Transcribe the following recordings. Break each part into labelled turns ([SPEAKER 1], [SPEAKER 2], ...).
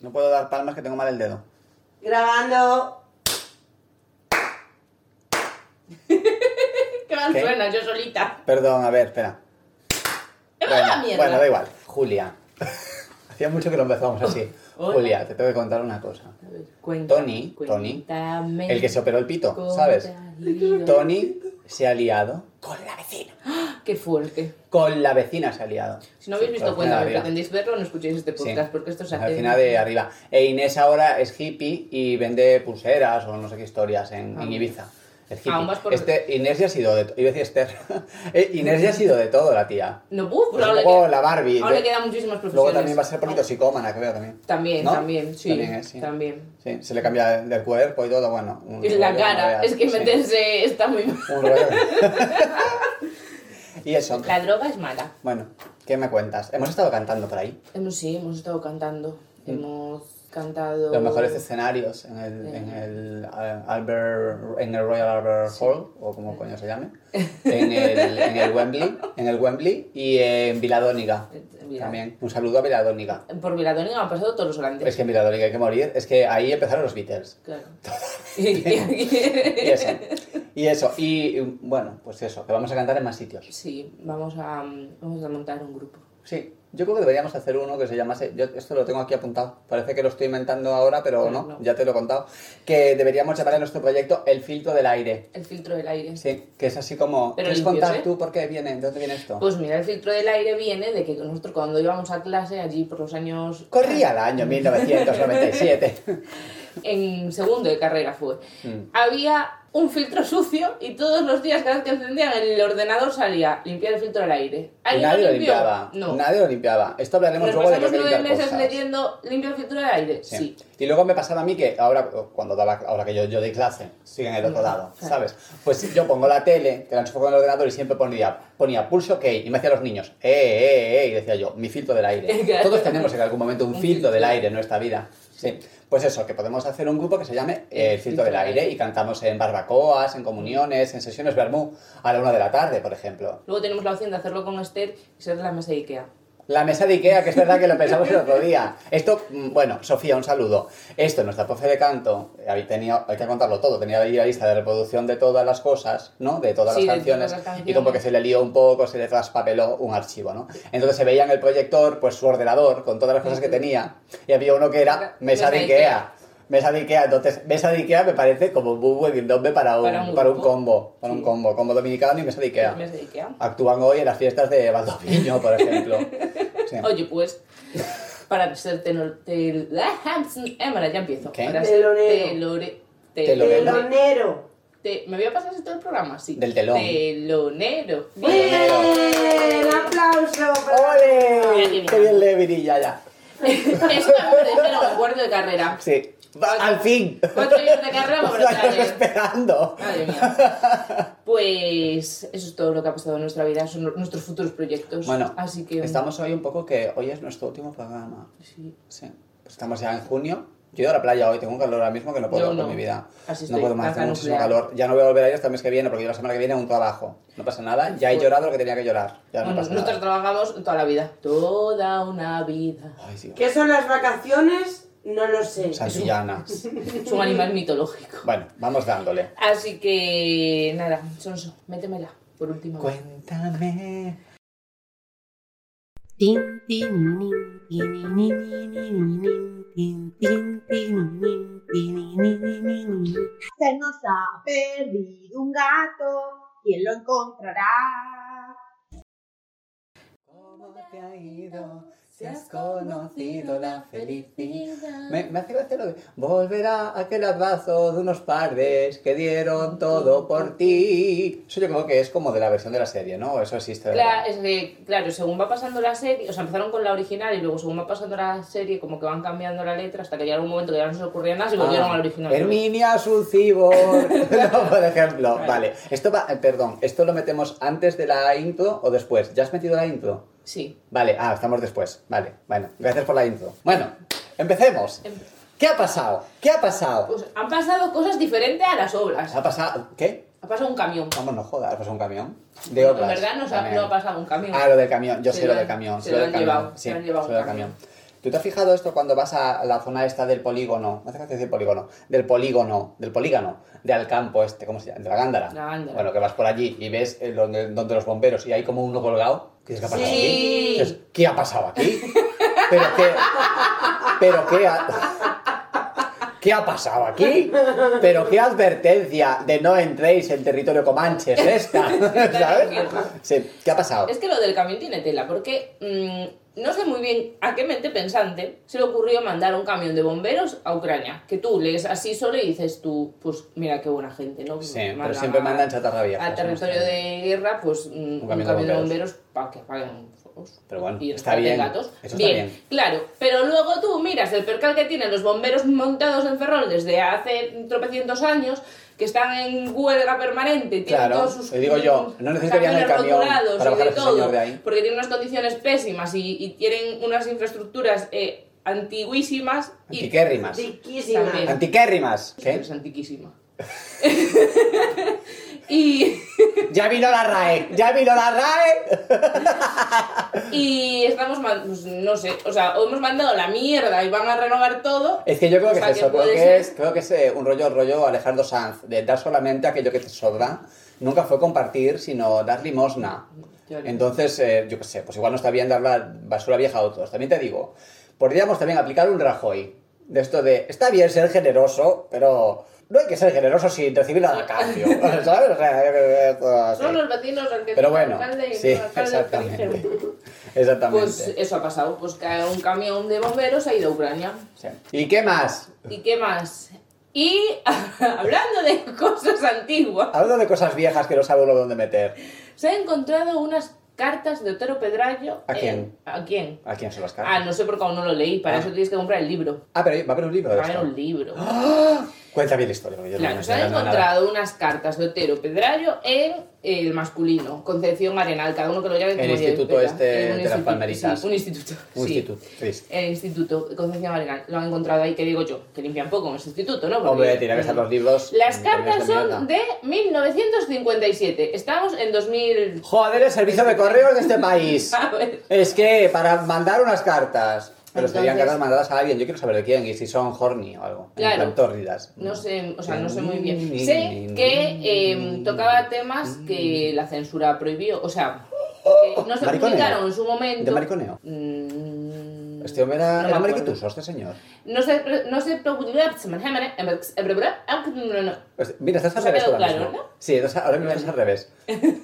[SPEAKER 1] No puedo dar palmas que tengo mal el dedo.
[SPEAKER 2] Grabando.
[SPEAKER 3] Qué mal
[SPEAKER 1] ¿Qué?
[SPEAKER 3] suena, yo solita.
[SPEAKER 1] Perdón, a ver, espera.
[SPEAKER 3] Es una
[SPEAKER 1] Bueno,
[SPEAKER 3] mierda.
[SPEAKER 1] bueno, da igual. Julia. Hacía mucho que lo empezamos así.
[SPEAKER 3] Hola.
[SPEAKER 1] Julia, te tengo que contar una cosa.
[SPEAKER 3] A ver, cuenta-
[SPEAKER 1] Tony, Tony,
[SPEAKER 3] cuéntame
[SPEAKER 1] El que se operó el pito,
[SPEAKER 3] cómo
[SPEAKER 1] ¿sabes?
[SPEAKER 3] te has ido.
[SPEAKER 1] Tony se ha liado con la vecina.
[SPEAKER 3] Qué fuerte.
[SPEAKER 1] Con la vecina se ha liado.
[SPEAKER 3] Si no habéis
[SPEAKER 1] Sí,
[SPEAKER 3] visto,
[SPEAKER 1] con la vecina
[SPEAKER 3] cuéntame,
[SPEAKER 1] de arriba.
[SPEAKER 3] pretendéis verlo, no escuchéis este podcast,
[SPEAKER 1] Sí.
[SPEAKER 3] porque esto se
[SPEAKER 1] La
[SPEAKER 3] hace...
[SPEAKER 1] vecina de arriba. E Inés ahora es hippie y vende pulseras o no sé qué historias en, en
[SPEAKER 3] Aún.
[SPEAKER 1] Ibiza. Es hippie.
[SPEAKER 3] Aún más por-
[SPEAKER 1] Este, Inés ya ha sido de todo. Iba a decir Esther. Eh, Inés ya ha sido de todo, la tía.
[SPEAKER 3] No, uf,
[SPEAKER 1] Pues
[SPEAKER 3] pero ahora, le
[SPEAKER 1] luego
[SPEAKER 3] queda-
[SPEAKER 1] la Barbie.
[SPEAKER 3] ahora
[SPEAKER 1] de-
[SPEAKER 3] le quedan muchísimas profesiones.
[SPEAKER 1] Luego también va a ser poquito psicómana, que veo también.
[SPEAKER 3] También,
[SPEAKER 1] ¿No?
[SPEAKER 3] también, sí.
[SPEAKER 1] También es, sí.
[SPEAKER 3] también.
[SPEAKER 1] Sí, se le cambia el cuerpo y todo, bueno. un
[SPEAKER 3] Y la
[SPEAKER 1] rollo, una
[SPEAKER 3] cara,
[SPEAKER 1] vea-
[SPEAKER 3] es que
[SPEAKER 1] sí,
[SPEAKER 3] meterse está muy mal.
[SPEAKER 1] un rollo. y eso.
[SPEAKER 3] La droga es mala.
[SPEAKER 1] Bueno, ¿qué me cuentas? Hemos estado cantando por ahí.
[SPEAKER 3] Hemos, sí, hemos estado cantando.
[SPEAKER 1] Mm.
[SPEAKER 3] Hemos cantado...
[SPEAKER 1] Los mejores escenarios en el,
[SPEAKER 3] Sí.
[SPEAKER 1] en el eh, Albert, en el Royal Albert Hall, o como coño se llame, en el, en el Wembley, en el Wembley y en Viladóniga.
[SPEAKER 3] Mira,
[SPEAKER 1] También. Un saludo a Viladóniga.
[SPEAKER 3] Por Viladóniga han pasado todos los grandes.
[SPEAKER 1] Es que en Viladóniga hay que morir. Es que ahí empezaron los Beatles.
[SPEAKER 3] Claro. Y-
[SPEAKER 1] Y eso. Y eso. Y mm, bueno, pues eso, que vamos a cantar en más sitios.
[SPEAKER 3] sí, vamos a, mm, vamos a montar un grupo.
[SPEAKER 1] Sí. Yo creo que deberíamos hacer uno que se llamase. Yo esto lo tengo aquí apuntado. Parece que lo estoy inventando ahora, pero no,
[SPEAKER 3] No, no.
[SPEAKER 1] ya te lo he contado. Que deberíamos llamar a nuestro proyecto El Filtro del Aire.
[SPEAKER 3] El filtro del aire.
[SPEAKER 1] Sí, que es así como.
[SPEAKER 3] Pero
[SPEAKER 1] ¿Quieres
[SPEAKER 3] limpios,
[SPEAKER 1] contar
[SPEAKER 3] ¿eh?
[SPEAKER 1] tú por qué viene? ¿De dónde viene esto?
[SPEAKER 3] Pues mira, el filtro del aire viene de que nosotros cuando íbamos a clase allí por los años...
[SPEAKER 1] Corría el año 1997.
[SPEAKER 3] En segundo de carrera fue.
[SPEAKER 1] Mm.
[SPEAKER 3] Había un filtro sucio y todos los días cada vez que encendían el ordenador salía limpiar el filtro del aire.
[SPEAKER 1] Y
[SPEAKER 3] ¿Alguien
[SPEAKER 1] nadie lo
[SPEAKER 3] limpió?
[SPEAKER 1] limpiaba.
[SPEAKER 3] No.
[SPEAKER 1] Nadie lo limpiaba. Esto hablaremos
[SPEAKER 3] Nos
[SPEAKER 1] luego de
[SPEAKER 3] pasamos
[SPEAKER 1] por qué
[SPEAKER 3] nueve
[SPEAKER 1] limpiar
[SPEAKER 3] meses
[SPEAKER 1] cosas.
[SPEAKER 3] metiendo limpia el filtro del aire.
[SPEAKER 1] Sí.
[SPEAKER 3] Sí.
[SPEAKER 1] Y luego me pasaba a mí que ahora, cuando daba, ahora que yo, yo doy clase, estoy en el otro
[SPEAKER 3] Mm,
[SPEAKER 1] lado,
[SPEAKER 3] claro.
[SPEAKER 1] ¿sabes? Pues yo pongo la tele, que la enchufo con el ordenador y siempre ponía, ponía pulso OK y me hacía los niños, eh, eh, eh, y decía yo, mi filtro del aire.
[SPEAKER 3] Claro.
[SPEAKER 1] Todos tenemos en algún momento un,
[SPEAKER 3] Un
[SPEAKER 1] filtro, del
[SPEAKER 3] filtro.
[SPEAKER 1] aire en nuestra vida. Sí. Pues eso, que podemos hacer un grupo que se llame eh, El filtro del aire y cantamos en barbacoas, en comuniones, en sesiones vermú, a la una de la tarde, por ejemplo.
[SPEAKER 3] Luego tenemos la opción de hacerlo con Esther y ser la mesa de Ikea.
[SPEAKER 1] La mesa de Ikea, que es verdad que lo pensamos el otro día. Esto, mm, bueno, Sofía, un saludo. Esto, nuestra profe de canto, eh, ahí tenía, hay que contarlo todo, tenía ahí la lista de reproducción de todas las cosas, ¿no? De todas
[SPEAKER 3] Sí,
[SPEAKER 1] las
[SPEAKER 3] de todas
[SPEAKER 1] canciones.
[SPEAKER 3] las canciones.
[SPEAKER 1] Y como que se le lió un poco, se le traspapeló un archivo, ¿no? Entonces se veía en el proyector, pues su ordenador, con todas las cosas que tenía. Y había uno que era mesa de Ikea. Mesa de Ikea, entonces, mesa de Ikea me parece como un buen nombre para un, para
[SPEAKER 3] Para
[SPEAKER 1] un,
[SPEAKER 3] un grupo.
[SPEAKER 1] combo, para un
[SPEAKER 3] Sí. Pues
[SPEAKER 1] combo, combo dominicano y mesa de Ikea.
[SPEAKER 3] Mesa de Ikea.
[SPEAKER 1] Actúan hoy en las fiestas de Valdoviño, por ejemplo. Sí.
[SPEAKER 3] Oye, pues, para ser tenor... Tel... Cámara, ya empiezo.
[SPEAKER 1] ¿Qué?
[SPEAKER 3] Para ser
[SPEAKER 2] Telonero.
[SPEAKER 3] telore-
[SPEAKER 1] Telonero.
[SPEAKER 3] telore-
[SPEAKER 2] Telonero.
[SPEAKER 3] te- ¿Me voy a pasar todo el programa? Sí.
[SPEAKER 1] Del telón.
[SPEAKER 3] Telonero.
[SPEAKER 2] ¡Bien! ¡Aplauso! para-
[SPEAKER 3] Mira
[SPEAKER 1] ¡Ole!
[SPEAKER 3] qué
[SPEAKER 1] ¡Qué bien le virilla ya!
[SPEAKER 3] Esto me parece un cuarto de carrera.
[SPEAKER 1] Sí. Va-
[SPEAKER 3] Cuatro-
[SPEAKER 1] ¡Al fin!
[SPEAKER 3] Cuatro años de carrera
[SPEAKER 1] Lo
[SPEAKER 3] para
[SPEAKER 1] años
[SPEAKER 3] brotales.
[SPEAKER 1] esperando!
[SPEAKER 3] Madre mía. Pues eso es todo lo que ha pasado en nuestra vida, son nuestros futuros proyectos.
[SPEAKER 1] Bueno,
[SPEAKER 3] así que
[SPEAKER 1] estamos hoy un poco que hoy es nuestro último programa.
[SPEAKER 3] sí.
[SPEAKER 1] Sí. Pues estamos ya en junio. Yo he ido a la playa hoy, tengo un calor ahora mismo que no puedo con
[SPEAKER 3] Yo no.
[SPEAKER 1] mi vida.
[SPEAKER 3] Así
[SPEAKER 1] no
[SPEAKER 3] estoy,
[SPEAKER 1] puedo más,
[SPEAKER 3] baja
[SPEAKER 1] tengo muchísimo
[SPEAKER 3] nuclear.
[SPEAKER 1] calor. Ya no voy a volver a ir hasta el mes que viene porque yo la semana que viene un trabajo. No pasa nada, ya he
[SPEAKER 3] Bueno.
[SPEAKER 1] llorado lo que tenía que llorar. Ya
[SPEAKER 3] Bueno,
[SPEAKER 1] no pasa
[SPEAKER 3] nosotros
[SPEAKER 1] nada.
[SPEAKER 3] trabajamos toda la vida, toda una vida.
[SPEAKER 1] Ay, Dios.
[SPEAKER 2] ¿Qué son las vacaciones? No lo sé.
[SPEAKER 1] Santillana.
[SPEAKER 3] Es un animal mitológico.
[SPEAKER 1] Bueno, vamos dándole.
[SPEAKER 3] Así que nada, Sonso, métemela por última vez.
[SPEAKER 1] Cuéntame.
[SPEAKER 4] Tin, tin, nin, tin, nin, nin, nin, nin, tin, tin, tin, nin, tin, nin, nin, nin, nin.
[SPEAKER 5] Se nos ha perdido un gato, ¿quién lo encontrará?
[SPEAKER 1] ¿Cómo te ha ido? Si has conocido la felicidad. Me, me hace gracia lo de volverá aquel abrazo de unos padres que dieron todo por ti. Eso yo creo que es como de la versión de la serie, ¿no? Eso existe. de
[SPEAKER 3] Claro,
[SPEAKER 1] verdad.
[SPEAKER 3] es que, claro, según va pasando la serie, o sea, empezaron con la original y luego según va pasando la serie, como que van cambiando la letra hasta que llega un momento que ya no se les ocurría nada y volvieron
[SPEAKER 1] Ah,
[SPEAKER 3] a la original.
[SPEAKER 1] Herminia Sulcibor, no, por ejemplo. Vale, esto va, eh, perdón, ¿esto lo metemos antes de la intro o después? ¿Ya has metido la intro?
[SPEAKER 3] Sí.
[SPEAKER 1] Vale, ah, estamos después. Vale, bueno, gracias por la intro. Bueno, empecemos.
[SPEAKER 3] Em-
[SPEAKER 1] ¿Qué ha pasado? ¿Qué ha pasado?
[SPEAKER 3] Pues han pasado cosas diferentes a las obras.
[SPEAKER 1] ¿Ha pasado? ¿Qué?
[SPEAKER 3] Ha pasado un camión.
[SPEAKER 1] Vamos, no jodas, ¿ha pasado un camión? De
[SPEAKER 3] En
[SPEAKER 1] obras,
[SPEAKER 3] verdad nos ha-
[SPEAKER 1] también.
[SPEAKER 3] no ha pasado un camión.
[SPEAKER 1] Ah, lo del camión, yo
[SPEAKER 3] Se
[SPEAKER 1] sé
[SPEAKER 3] lo
[SPEAKER 1] lo del
[SPEAKER 3] han-
[SPEAKER 1] camión.
[SPEAKER 3] se
[SPEAKER 1] sé lo
[SPEAKER 3] lo
[SPEAKER 1] del
[SPEAKER 3] han
[SPEAKER 1] camión.
[SPEAKER 3] llevado,
[SPEAKER 1] Sí,
[SPEAKER 3] se lo han llevado
[SPEAKER 1] sé
[SPEAKER 3] un
[SPEAKER 1] lo del
[SPEAKER 3] camión.
[SPEAKER 1] camión. Yo ¿Tú te has fijado esto cuando vas a la zona esta del polígono? No hace falta decir polígono. Del polígono, del polígono, de al campo este, ¿cómo se llama? De la gándara.
[SPEAKER 3] La gándara.
[SPEAKER 1] Bueno, que vas por allí y ves eh, donde, donde los bomberos y hay como uno colgado. ¿Qué es que ha pasado aquí?
[SPEAKER 3] Sí.
[SPEAKER 1] Dices, ¿Qué ha pasado aquí? ¿Pero qué? ¿Pero qué ha... ¿Qué ha pasado aquí? ¿Pero qué advertencia de no entréis en territorio comanche es esta? ¿Sabes? Sí, ¿qué ha pasado?
[SPEAKER 3] Es que lo del camión tiene tela, porque mm, no sé muy bien a qué mente pensante se le ocurrió mandar un camión de bomberos a Ucrania. Que tú lees así solo y dices tú, pues mira qué buena gente, ¿no?
[SPEAKER 1] Sí, pero siempre
[SPEAKER 3] a-
[SPEAKER 1] mandan chatarra vieja.
[SPEAKER 3] A territorio de guerra, pues mm, un,
[SPEAKER 1] camión de
[SPEAKER 3] camión de bomberos para que apaguen fuegos.
[SPEAKER 1] Pero bueno,
[SPEAKER 3] y
[SPEAKER 1] está
[SPEAKER 3] rescaten
[SPEAKER 1] bien,
[SPEAKER 3] Gatos.
[SPEAKER 1] eso está
[SPEAKER 3] bien,
[SPEAKER 1] bien.
[SPEAKER 3] claro. Pero luego tú miras el percal que tienen los bomberos montados en Ferrol desde hace tropecientos años, que están en huelga permanente, tienen
[SPEAKER 1] Claro,
[SPEAKER 3] todos sus
[SPEAKER 1] y digo yo, no necesitarían el
[SPEAKER 3] camiones
[SPEAKER 1] camión
[SPEAKER 3] rotulados
[SPEAKER 1] para
[SPEAKER 3] y
[SPEAKER 1] bajar
[SPEAKER 3] de
[SPEAKER 1] a ese señor
[SPEAKER 3] todo,
[SPEAKER 1] de ahí.
[SPEAKER 3] porque tienen unas condiciones pésimas y, y tienen unas infraestructuras eh, antiguísimas y
[SPEAKER 1] Antiquérrimas.
[SPEAKER 2] Riquísima.
[SPEAKER 3] También.
[SPEAKER 1] Antiquérrimas. ¿Qué?
[SPEAKER 3] es antiquísima. y
[SPEAKER 1] Ya vino la RAE. Ya vino la RAE.
[SPEAKER 3] Y estamos, man- pues, no sé, o sea, o hemos mandado la mierda y van a renovar todo.
[SPEAKER 1] Es que yo creo
[SPEAKER 3] O
[SPEAKER 1] que
[SPEAKER 3] sea,
[SPEAKER 1] es eso. Creo
[SPEAKER 3] puede
[SPEAKER 1] que
[SPEAKER 3] ser-
[SPEAKER 1] es, creo que es eh, un rollo, rollo Alejandro Sanz. De dar solamente aquello que te sobra. Nunca fue compartir, sino dar limosna.
[SPEAKER 3] Ya lo-
[SPEAKER 1] Entonces, eh, yo qué sé, pues igual no está bien dar la basura vieja a otros. También te digo, podríamos también aplicar un Rajoy. De esto de, está bien ser generoso, pero no hay que ser generoso sin recibir nada a cambio. ¿Sabes? O sea, yo creo que esto así.
[SPEAKER 3] Son los vecinos al que
[SPEAKER 1] Pero
[SPEAKER 3] el
[SPEAKER 1] bueno,
[SPEAKER 3] alcalde y
[SPEAKER 1] sí,
[SPEAKER 3] el alcalde
[SPEAKER 1] exactamente.
[SPEAKER 3] dijeron.
[SPEAKER 1] Exactamente.
[SPEAKER 3] Pues eso ha pasado, pues cae un camión de bomberos ha ido a Ucrania.
[SPEAKER 1] Sí. ¿Y qué más?
[SPEAKER 3] ¿Y qué más? Y hablando de cosas antiguas,
[SPEAKER 1] Hablando de cosas viejas que no sabe uno dónde meter.
[SPEAKER 3] se han encontrado unas cartas de Otero Pedrayo.
[SPEAKER 1] ¿A
[SPEAKER 3] en-
[SPEAKER 1] quién?
[SPEAKER 3] ¿A quién?
[SPEAKER 1] ¿A quién se las
[SPEAKER 3] Ah,
[SPEAKER 1] cartas?
[SPEAKER 3] no sé porque aún no lo leí, para
[SPEAKER 1] Ah.
[SPEAKER 3] eso tienes que comprar el libro.
[SPEAKER 1] Ah, pero va a haber un libro de
[SPEAKER 3] Va a haber
[SPEAKER 1] esto.
[SPEAKER 3] un libro.
[SPEAKER 1] Cuenta bien la historia. porque yo no-
[SPEAKER 3] Claro,
[SPEAKER 1] no
[SPEAKER 3] se han
[SPEAKER 1] sé nada.
[SPEAKER 3] encontrado unas cartas de Otero Pedrayo en el masculino, Concepción Arenal, cada uno que lo llame como
[SPEAKER 1] El
[SPEAKER 3] lleve,
[SPEAKER 1] instituto
[SPEAKER 3] ¿verdad?
[SPEAKER 1] este
[SPEAKER 3] En un
[SPEAKER 1] de las
[SPEAKER 3] instituto,
[SPEAKER 1] Palmeritas.
[SPEAKER 3] sí, un instituto.
[SPEAKER 1] Un
[SPEAKER 3] sí.
[SPEAKER 1] instituto. triste.
[SPEAKER 3] El instituto, Concepción Arenal, lo han encontrado ahí, que digo yo, que limpian poco en ese instituto, ¿no? Porque-
[SPEAKER 1] Hombre, tiene que ser los libros.
[SPEAKER 3] Las
[SPEAKER 1] mm,
[SPEAKER 3] cartas
[SPEAKER 1] de mierda.
[SPEAKER 3] son de 1957, estamos en 2000...
[SPEAKER 1] Joder, el servicio de correos de este país.
[SPEAKER 3] A ver.
[SPEAKER 1] Es que para mandar unas cartas. Pero serían
[SPEAKER 3] Entonces-
[SPEAKER 1] cartas mandadas a alguien. Yo quiero saber de quién y si son horny o algo.
[SPEAKER 3] Claro.
[SPEAKER 1] En plan, tórridas.
[SPEAKER 3] No sé, o sea, no sé muy bien. Sé que eh, tocaba temas que la censura prohibió, o sea, que no se
[SPEAKER 1] Mariconeo.
[SPEAKER 3] publicaron en su momento.
[SPEAKER 1] ¿De mariconeo?
[SPEAKER 3] Mm,
[SPEAKER 1] Este hombre era,
[SPEAKER 3] no
[SPEAKER 1] era
[SPEAKER 3] me acuerdo.
[SPEAKER 1] mariquituso, este señor.
[SPEAKER 3] No se, pre- no se preocupa.
[SPEAKER 1] Pues, mira, estás al
[SPEAKER 3] Nos ha
[SPEAKER 1] revés
[SPEAKER 3] quedado
[SPEAKER 1] ahora
[SPEAKER 3] claro,
[SPEAKER 1] mismo.
[SPEAKER 3] ¿no?
[SPEAKER 1] Sí, entonces ahora mismo estás al revés.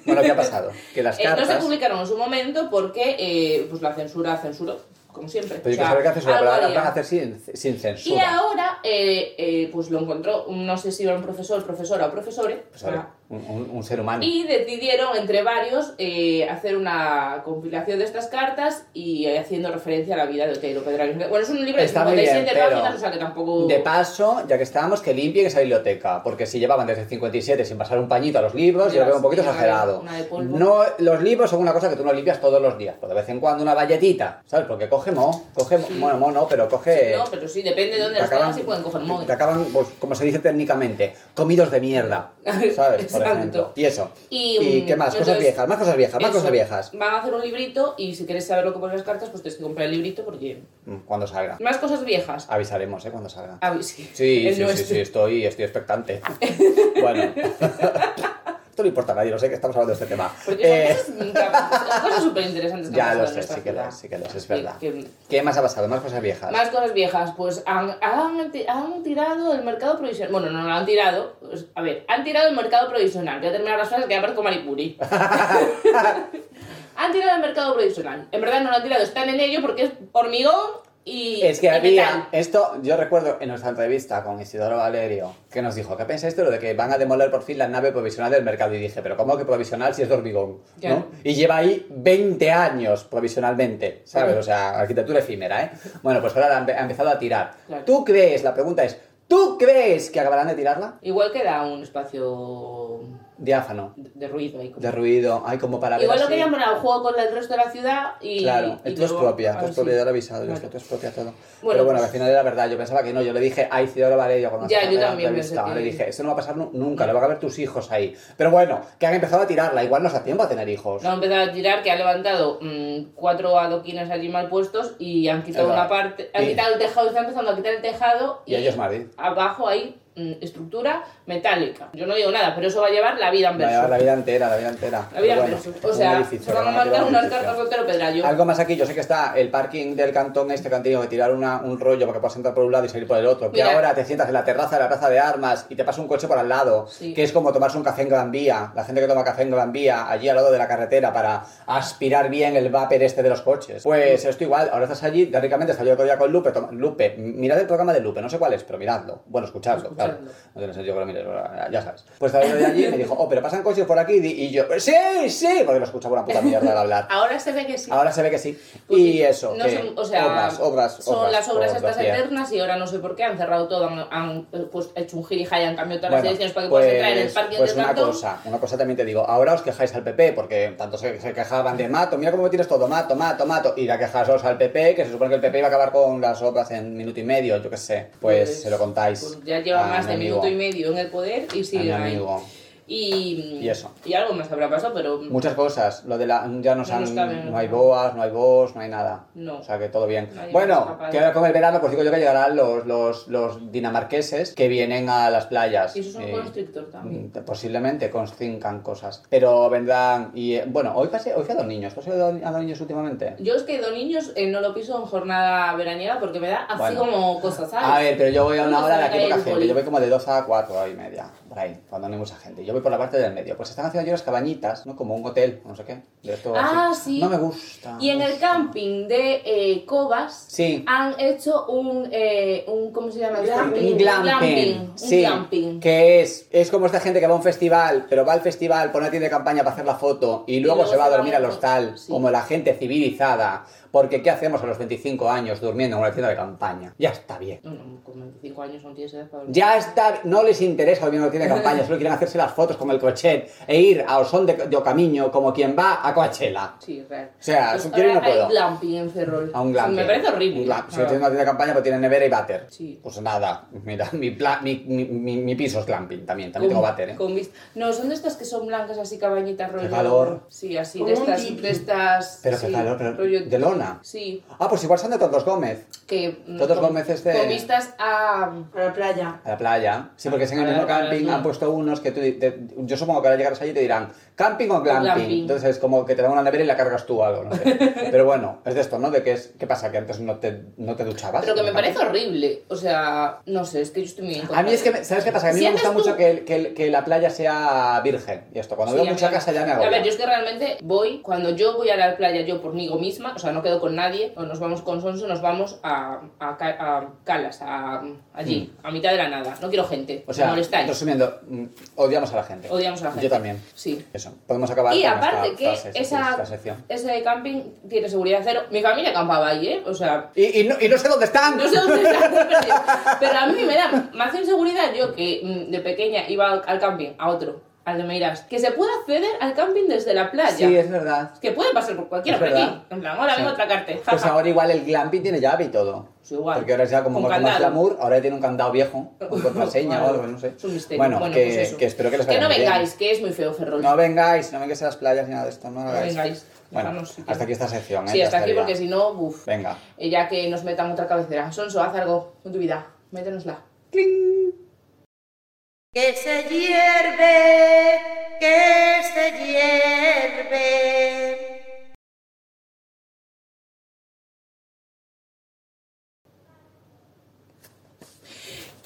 [SPEAKER 1] Bueno, ¿qué ha pasado? Que las
[SPEAKER 3] Eh, no
[SPEAKER 1] cartas...
[SPEAKER 3] se publicaron en su momento porque eh, pues la censura censuró, como siempre.
[SPEAKER 1] Pero yo
[SPEAKER 3] O sea,
[SPEAKER 1] quiero saber qué haces sobre
[SPEAKER 3] algo
[SPEAKER 1] la palabra,
[SPEAKER 3] haría.
[SPEAKER 1] van a hacer sin, sin
[SPEAKER 3] Y
[SPEAKER 1] censura.
[SPEAKER 3] ahora, eh, eh, pues lo encontró, no sé si era un profesor, profesora o profesores,
[SPEAKER 1] Pues, a ver, un, un- un ser humano.
[SPEAKER 3] Ah. y decidieron entre varios eh, hacer una compilación de estas cartas y eh, haciendo referencia a la vida de Otero Pedrario. Bueno, es un libro de
[SPEAKER 1] Está muy
[SPEAKER 3] 57
[SPEAKER 1] bien, pero-
[SPEAKER 3] páginas, o sea que tampoco...
[SPEAKER 1] De paso, ya que estábamos, que limpien esa biblioteca, porque si llevaban desde el 57 sin pasar un pañito a los libros, yo lo veo un poquito
[SPEAKER 3] Una de-
[SPEAKER 1] exagerado.
[SPEAKER 3] una de polvo.
[SPEAKER 1] No, los libros son una cosa que tú no limpias todos los días, pero de vez en cuando una valletita, ¿sabes? Porque coge mo, coge, mo- bueno, mo no, pero coge...
[SPEAKER 3] no, pero sí, depende de dónde
[SPEAKER 1] te
[SPEAKER 3] las tengas
[SPEAKER 1] acaban-
[SPEAKER 3] y pueden coger móvil.
[SPEAKER 1] Te acaban, pues, como se dice técnicamente, comidos de mierda, ¿sabes? Por
[SPEAKER 3] Exacto.
[SPEAKER 1] ejemplo. Y eso.
[SPEAKER 3] Y, mm,
[SPEAKER 1] qué más? cosas
[SPEAKER 3] entonces,
[SPEAKER 1] viejas, más cosas viejas, más
[SPEAKER 3] Eso,
[SPEAKER 1] cosas viejas.
[SPEAKER 3] Van a hacer un librito y si quieres saber lo que ponen las cartas, pues tienes que comprar el librito porque.
[SPEAKER 1] Mm, Cuando salga.
[SPEAKER 3] Más cosas viejas.
[SPEAKER 1] Avisaremos, ¿eh? Cuando salga.
[SPEAKER 3] Ah, sí,
[SPEAKER 1] Sí,
[SPEAKER 3] el
[SPEAKER 1] sí, sí,
[SPEAKER 3] nuestro.
[SPEAKER 1] sí, estoy, estoy expectante. bueno. Esto no importa a nadie, no sé que estamos hablando de este tema.
[SPEAKER 3] Porque
[SPEAKER 1] Eh,
[SPEAKER 3] son cosas- cosas súper interesantes que
[SPEAKER 1] ya
[SPEAKER 3] han pasado
[SPEAKER 1] lo
[SPEAKER 3] en
[SPEAKER 1] sé,
[SPEAKER 3] nuestra
[SPEAKER 1] sí que lo-
[SPEAKER 3] ciudad.
[SPEAKER 1] sí que lo sé, es verdad.
[SPEAKER 3] que-
[SPEAKER 1] ¿Qué más ha pasado? Más cosas viejas.
[SPEAKER 3] más cosas viejas, pues han, han, ti- han tirado el mercado provisional. Bueno, no lo han tirado. pues, A ver, han tirado el mercado provisional. Voy a terminar las frases que ya parezco Maripuri. han tirado el mercado provisional. En verdad no lo han tirado, están en ello porque es hormigón y.
[SPEAKER 1] Es que
[SPEAKER 3] y
[SPEAKER 1] había,
[SPEAKER 3] metal.
[SPEAKER 1] esto yo recuerdo en nuestra entrevista con Isidoro Valerio, que nos dijo, ¿qué pensáis de lo de que van a demoler por fin la nave provisional del mercado? Y dije, pero ¿cómo que provisional si es de hormigón?
[SPEAKER 3] Claro.
[SPEAKER 1] ¿no? Y lleva ahí 20 años provisionalmente, ¿sabes? O sea, arquitectura efímera, ¿eh? Bueno, pues ahora la han- ha empezado a tirar.
[SPEAKER 3] Claro.
[SPEAKER 1] ¿Tú crees, la pregunta es, ¿tú crees que acabarán de tirarla?
[SPEAKER 3] Igual queda un espacio
[SPEAKER 1] Diáfano.
[SPEAKER 3] de de ruido. ahí como-
[SPEAKER 1] De ruido. Ay, como para ver
[SPEAKER 3] Igual lo
[SPEAKER 1] así.
[SPEAKER 3] querían poner al juego con el resto de la ciudad y.
[SPEAKER 1] Claro,
[SPEAKER 3] y
[SPEAKER 1] tú es
[SPEAKER 3] luego-
[SPEAKER 1] propia, tú
[SPEAKER 3] algo
[SPEAKER 1] es propia, ya
[SPEAKER 3] así.
[SPEAKER 1] lo he avisado, yo
[SPEAKER 3] Vale.
[SPEAKER 1] es que tú es propia todo.
[SPEAKER 3] Bueno,
[SPEAKER 1] Pero bueno, al
[SPEAKER 3] pues-
[SPEAKER 1] final era verdad, yo pensaba que no, yo le dije, ay, Isidoro Valerio, cuando
[SPEAKER 3] Ya,
[SPEAKER 1] estaba
[SPEAKER 3] yo
[SPEAKER 1] en la
[SPEAKER 3] también
[SPEAKER 1] entrevista,
[SPEAKER 3] pensé que-
[SPEAKER 1] le dije, eso no va a pasar nu- nunca, lo van a ver tus hijos ahí. Pero bueno, que han empezado a tirarla, igual no se da tiempo a tener hijos.
[SPEAKER 3] Lo han empezado a tirar, que ha levantado mm, cuatro adoquines allí mal puestos y han quitado
[SPEAKER 1] Es verdad.
[SPEAKER 3] una parte. Han
[SPEAKER 1] Y-
[SPEAKER 3] quitado el tejado, están empezando a quitar el tejado
[SPEAKER 1] Y ellos Madrid.
[SPEAKER 3] abajo hay mm, estructura metálica. Yo no digo nada, pero eso va a llevar la vida en
[SPEAKER 1] Va a
[SPEAKER 3] verso.
[SPEAKER 1] llevar la vida entera, la vida entera.
[SPEAKER 3] La vida
[SPEAKER 1] Pero
[SPEAKER 3] en
[SPEAKER 1] bueno,
[SPEAKER 3] verso. O
[SPEAKER 1] un
[SPEAKER 3] sea,
[SPEAKER 1] edificio,
[SPEAKER 3] se van a
[SPEAKER 1] van a tirar
[SPEAKER 3] marcar
[SPEAKER 1] un
[SPEAKER 3] unas
[SPEAKER 1] edificio.
[SPEAKER 3] cartas soltero pedrallo.
[SPEAKER 1] Algo más aquí, yo sé que está el parking del cantón este que han tenido que tirar una- un rollo para que puedas entrar por un lado y salir por el otro. Que
[SPEAKER 3] Mira.
[SPEAKER 1] ahora te sientas en la terraza de la plaza de armas y te pasa un coche por al lado,
[SPEAKER 3] Sí.
[SPEAKER 1] que es como tomarse un café en Gran Vía. La gente que toma café en Gran Vía, allí al lado de la carretera, para aspirar bien el vapor este de los coches. Pues esto igual, ahora estás allí, teóricamente estaba yo otro día con Lupe. toma- Lupe, mirad el programa de Lupe, no sé cuál es, pero miradlo. Bueno, escuchadlo, claro.
[SPEAKER 3] Escuchadlo.
[SPEAKER 1] No tiene sentido que lo mires, ya sabes. Pues estaba yo de allí y me dijo, oh, pero pasan coches por aquí. Y yo, sí, sí, porque lo escuchaba una puta mierda al hablar.
[SPEAKER 3] Ahora se ve que sí.
[SPEAKER 1] Ahora se ve que sí.
[SPEAKER 3] Pues
[SPEAKER 1] y
[SPEAKER 3] sí,
[SPEAKER 1] eso,
[SPEAKER 3] no
[SPEAKER 1] que
[SPEAKER 3] sé, o sea,
[SPEAKER 1] obras, obras,
[SPEAKER 3] son
[SPEAKER 1] obras,
[SPEAKER 3] las obras estas
[SPEAKER 1] pornografía.
[SPEAKER 3] eternas y ahora no sé por qué han cerrado todo, han, han, eh, pues, hecho un girijay, han cambiado todas las
[SPEAKER 1] Bueno,
[SPEAKER 3] ediciones para que
[SPEAKER 1] pues,
[SPEAKER 3] puedas entrar en el parque
[SPEAKER 1] pues
[SPEAKER 3] de
[SPEAKER 1] una
[SPEAKER 3] tanto.
[SPEAKER 1] cosa, una cosa también te digo, ahora os quejáis al PP porque tanto se, se quejaban de Mato, mira cómo me tienes todo, Mato, Mato, Mato, y la quejasos al PP, que se supone que el PP iba a acabar con las obras en minuto y medio, yo qué sé, pues, se lo contáis.
[SPEAKER 3] pues ya lleva
[SPEAKER 1] a
[SPEAKER 3] más
[SPEAKER 1] mi
[SPEAKER 3] de
[SPEAKER 1] amigo,
[SPEAKER 3] minuto y medio en el poder y
[SPEAKER 1] a mi
[SPEAKER 3] sigue ahí.
[SPEAKER 1] amigo.
[SPEAKER 3] Y,
[SPEAKER 1] Y eso.
[SPEAKER 3] y algo más habrá pasado, pero
[SPEAKER 1] Muchas cosas, lo de la, ya nos
[SPEAKER 3] No nos
[SPEAKER 1] han,
[SPEAKER 3] cabe, no.
[SPEAKER 1] no hay boas, no hay boas, no hay nada.
[SPEAKER 3] No.
[SPEAKER 1] O sea que todo bien.
[SPEAKER 3] Nadie nos
[SPEAKER 1] bueno,
[SPEAKER 3] escapa de-
[SPEAKER 1] que ahora con el verano, pues digo yo que llegarán los, los, los dinamarqueses que vienen a las playas.
[SPEAKER 3] y eso es un
[SPEAKER 1] Eh,
[SPEAKER 3] constrictor también.
[SPEAKER 1] mm, Posiblemente constrincan cosas, pero vendrán y eh, bueno, hoy pasé, hoy fui a dos niños, ¿tú has ido a dos- a dos niños últimamente?
[SPEAKER 3] Yo es que dos niños eh, no lo piso en jornada veraniega porque me da así
[SPEAKER 1] Bueno.
[SPEAKER 3] como cosas, ¿sabes?
[SPEAKER 1] A ver, pero yo voy a una
[SPEAKER 3] ¿Dónde
[SPEAKER 1] hora de
[SPEAKER 3] se
[SPEAKER 1] aquí
[SPEAKER 3] cae
[SPEAKER 1] poca
[SPEAKER 3] el
[SPEAKER 1] gente.
[SPEAKER 3] boli?
[SPEAKER 1] Yo voy como de 2 a 4 y media, por ahí, cuando no hay mucha gente. Yo voy por la parte del medio. Pues están haciendo allí las cabañitas, ¿no? Como un hotel, no sé qué. De esto
[SPEAKER 3] Ah,
[SPEAKER 1] así.
[SPEAKER 3] sí.
[SPEAKER 1] No me gusta.
[SPEAKER 3] Y en el camping de eh, Cobas
[SPEAKER 1] Sí.
[SPEAKER 3] han hecho un, eh, un ¿cómo se llama?
[SPEAKER 2] Glamping.
[SPEAKER 1] Un glamping.
[SPEAKER 3] glamping,
[SPEAKER 1] sí,
[SPEAKER 3] un glamping.
[SPEAKER 1] Que es, es como esta gente que va a un festival, pero va al festival, pone una tienda de campaña para hacer la foto y luego,
[SPEAKER 3] luego
[SPEAKER 1] se va a
[SPEAKER 3] se va
[SPEAKER 1] dormir
[SPEAKER 3] a
[SPEAKER 1] al
[SPEAKER 3] otro-
[SPEAKER 1] hostal,
[SPEAKER 3] sí.
[SPEAKER 1] como la gente civilizada. Porque ¿qué hacemos a los 25 años durmiendo en una tienda de campaña? Ya está bien.
[SPEAKER 3] No, no, con 25 años no tienes edad para dormir.
[SPEAKER 1] Ya está, no les interesa dormir en una tienda de campaña, solo quieren hacerse las fotos como el crochet e ir a Osón de, de Ocamiño como quien va a Coachella.
[SPEAKER 3] Sí, real.
[SPEAKER 1] O sea,
[SPEAKER 3] Pues
[SPEAKER 1] si quiero y no
[SPEAKER 3] ahora
[SPEAKER 1] puedo.
[SPEAKER 3] Hay glamping en Ferrol.
[SPEAKER 1] A un glamping.
[SPEAKER 3] Me parece horrible.
[SPEAKER 1] Un glam- Si
[SPEAKER 3] Ah.
[SPEAKER 1] tienes una tienda de campaña, pues tiene nevera y váter.
[SPEAKER 3] Sí.
[SPEAKER 1] Pues nada, mira, mi, pla- mi, mi, mi- mi piso es glamping también, también tengo
[SPEAKER 3] Con-
[SPEAKER 1] váter, ¿eh?
[SPEAKER 3] con vis- No, son de estas que son blancas así cabañitas rollo.
[SPEAKER 1] calor.
[SPEAKER 3] Sí, así,
[SPEAKER 2] Como
[SPEAKER 3] de
[SPEAKER 2] un
[SPEAKER 3] estas,
[SPEAKER 2] tipi.
[SPEAKER 3] de estas.
[SPEAKER 1] Pero qué
[SPEAKER 3] sí,
[SPEAKER 1] calor, pero
[SPEAKER 3] rollo-
[SPEAKER 1] de lona.
[SPEAKER 3] Sí,
[SPEAKER 1] Ah, pues igual son de Tontos Gómez,
[SPEAKER 3] que. mm,
[SPEAKER 1] Todos
[SPEAKER 3] con-
[SPEAKER 1] los meses de-
[SPEAKER 3] Con vistas a.
[SPEAKER 2] A la playa.
[SPEAKER 1] a la playa. Sí, porque es en el
[SPEAKER 3] A la-
[SPEAKER 1] mismo
[SPEAKER 3] a la
[SPEAKER 1] camping
[SPEAKER 3] zona.
[SPEAKER 1] han puesto unos que tú, di- te- yo supongo que ahora llegarás allí y te dirán, ¿camping o glamping?
[SPEAKER 3] Glamping.
[SPEAKER 1] Entonces es como que te dan una nevera y la cargas tú o algo, no sé. Pero bueno, es de esto, ¿no? De que es, ¿qué pasa? Que antes no te, no te duchabas.
[SPEAKER 3] Pero que
[SPEAKER 1] en
[SPEAKER 3] me
[SPEAKER 1] el
[SPEAKER 3] parece
[SPEAKER 1] camping.
[SPEAKER 3] horrible. O sea, no sé, es que yo estoy muy en
[SPEAKER 1] A mí es que, me- ¿sabes qué pasa? Que a mí me
[SPEAKER 3] Sientes
[SPEAKER 1] gusta
[SPEAKER 3] tú-
[SPEAKER 1] mucho que, el- que, el- que la playa sea virgen. Y esto, cuando
[SPEAKER 3] Sí,
[SPEAKER 1] veo
[SPEAKER 3] a mí
[SPEAKER 1] mucha
[SPEAKER 3] también.
[SPEAKER 1] casa ya me hago.
[SPEAKER 3] A ver, yo es que realmente voy, cuando yo voy a la playa, yo por mí misma, o sea, no quedo con nadie, o nos vamos con Sonso, nos vamos a, a, Ca- a Calas, a, allí, a mitad de la nada. No quiero gente,
[SPEAKER 1] Hmm. O sea,
[SPEAKER 3] me molestáis.
[SPEAKER 1] resumiendo, mm, odiamos a la gente.
[SPEAKER 3] Odiamos a la gente.
[SPEAKER 1] Yo también.
[SPEAKER 3] Sí.
[SPEAKER 1] Eso. Podemos acabar
[SPEAKER 3] Y
[SPEAKER 1] con
[SPEAKER 3] aparte
[SPEAKER 1] esta-
[SPEAKER 3] que
[SPEAKER 1] esta se-
[SPEAKER 3] esa-
[SPEAKER 1] esta sección.
[SPEAKER 3] Ese camping tiene seguridad cero. Mi familia acampaba ahí, ¿eh? O sea,
[SPEAKER 1] Y, y no, y no sé dónde están.
[SPEAKER 3] no sé dónde están perdidos. Pero a mí me da más inseguridad yo que mm, de pequeña iba al, al camping, a otro, al de Meiras, que se pueda acceder al camping desde la playa.
[SPEAKER 1] Sí, es verdad.
[SPEAKER 3] Que puede pasar por cualquiera
[SPEAKER 1] Es
[SPEAKER 3] por
[SPEAKER 1] verdad.
[SPEAKER 3] aquí. En plan, ahora
[SPEAKER 1] Sí.
[SPEAKER 3] vengo a atracarte.
[SPEAKER 1] Pues
[SPEAKER 3] jaja.
[SPEAKER 1] ahora igual el glamping tiene llave y todo.
[SPEAKER 3] Pues igual.
[SPEAKER 1] Porque ahora es ya como
[SPEAKER 3] Con
[SPEAKER 1] más
[SPEAKER 3] candado.
[SPEAKER 1] glamour, ahora tiene un candado viejo, con contraseña o
[SPEAKER 3] Bueno,
[SPEAKER 1] algo, no sé.
[SPEAKER 3] Es un misterio.
[SPEAKER 1] Bueno, que,
[SPEAKER 3] pues eso.
[SPEAKER 1] que espero que les vaya
[SPEAKER 3] Que no
[SPEAKER 1] muy bien.
[SPEAKER 3] vengáis, que es muy feo Ferrol.
[SPEAKER 1] No vengáis, no vengáis a las playas ni nada de esto, no lo
[SPEAKER 3] No
[SPEAKER 1] hagáis.
[SPEAKER 3] vengáis.
[SPEAKER 1] Bueno,
[SPEAKER 3] Déjanos, sí, que-
[SPEAKER 1] hasta aquí esta sección, ¿eh?
[SPEAKER 3] Sí,
[SPEAKER 1] Ya
[SPEAKER 3] hasta aquí
[SPEAKER 1] estaría.
[SPEAKER 3] porque si no, uff.
[SPEAKER 1] Venga.
[SPEAKER 3] Ya que nos metan otra cabecera. Sonso, haz algo con tu vida. Métenosla.
[SPEAKER 6] Que se hierve, que se hierve.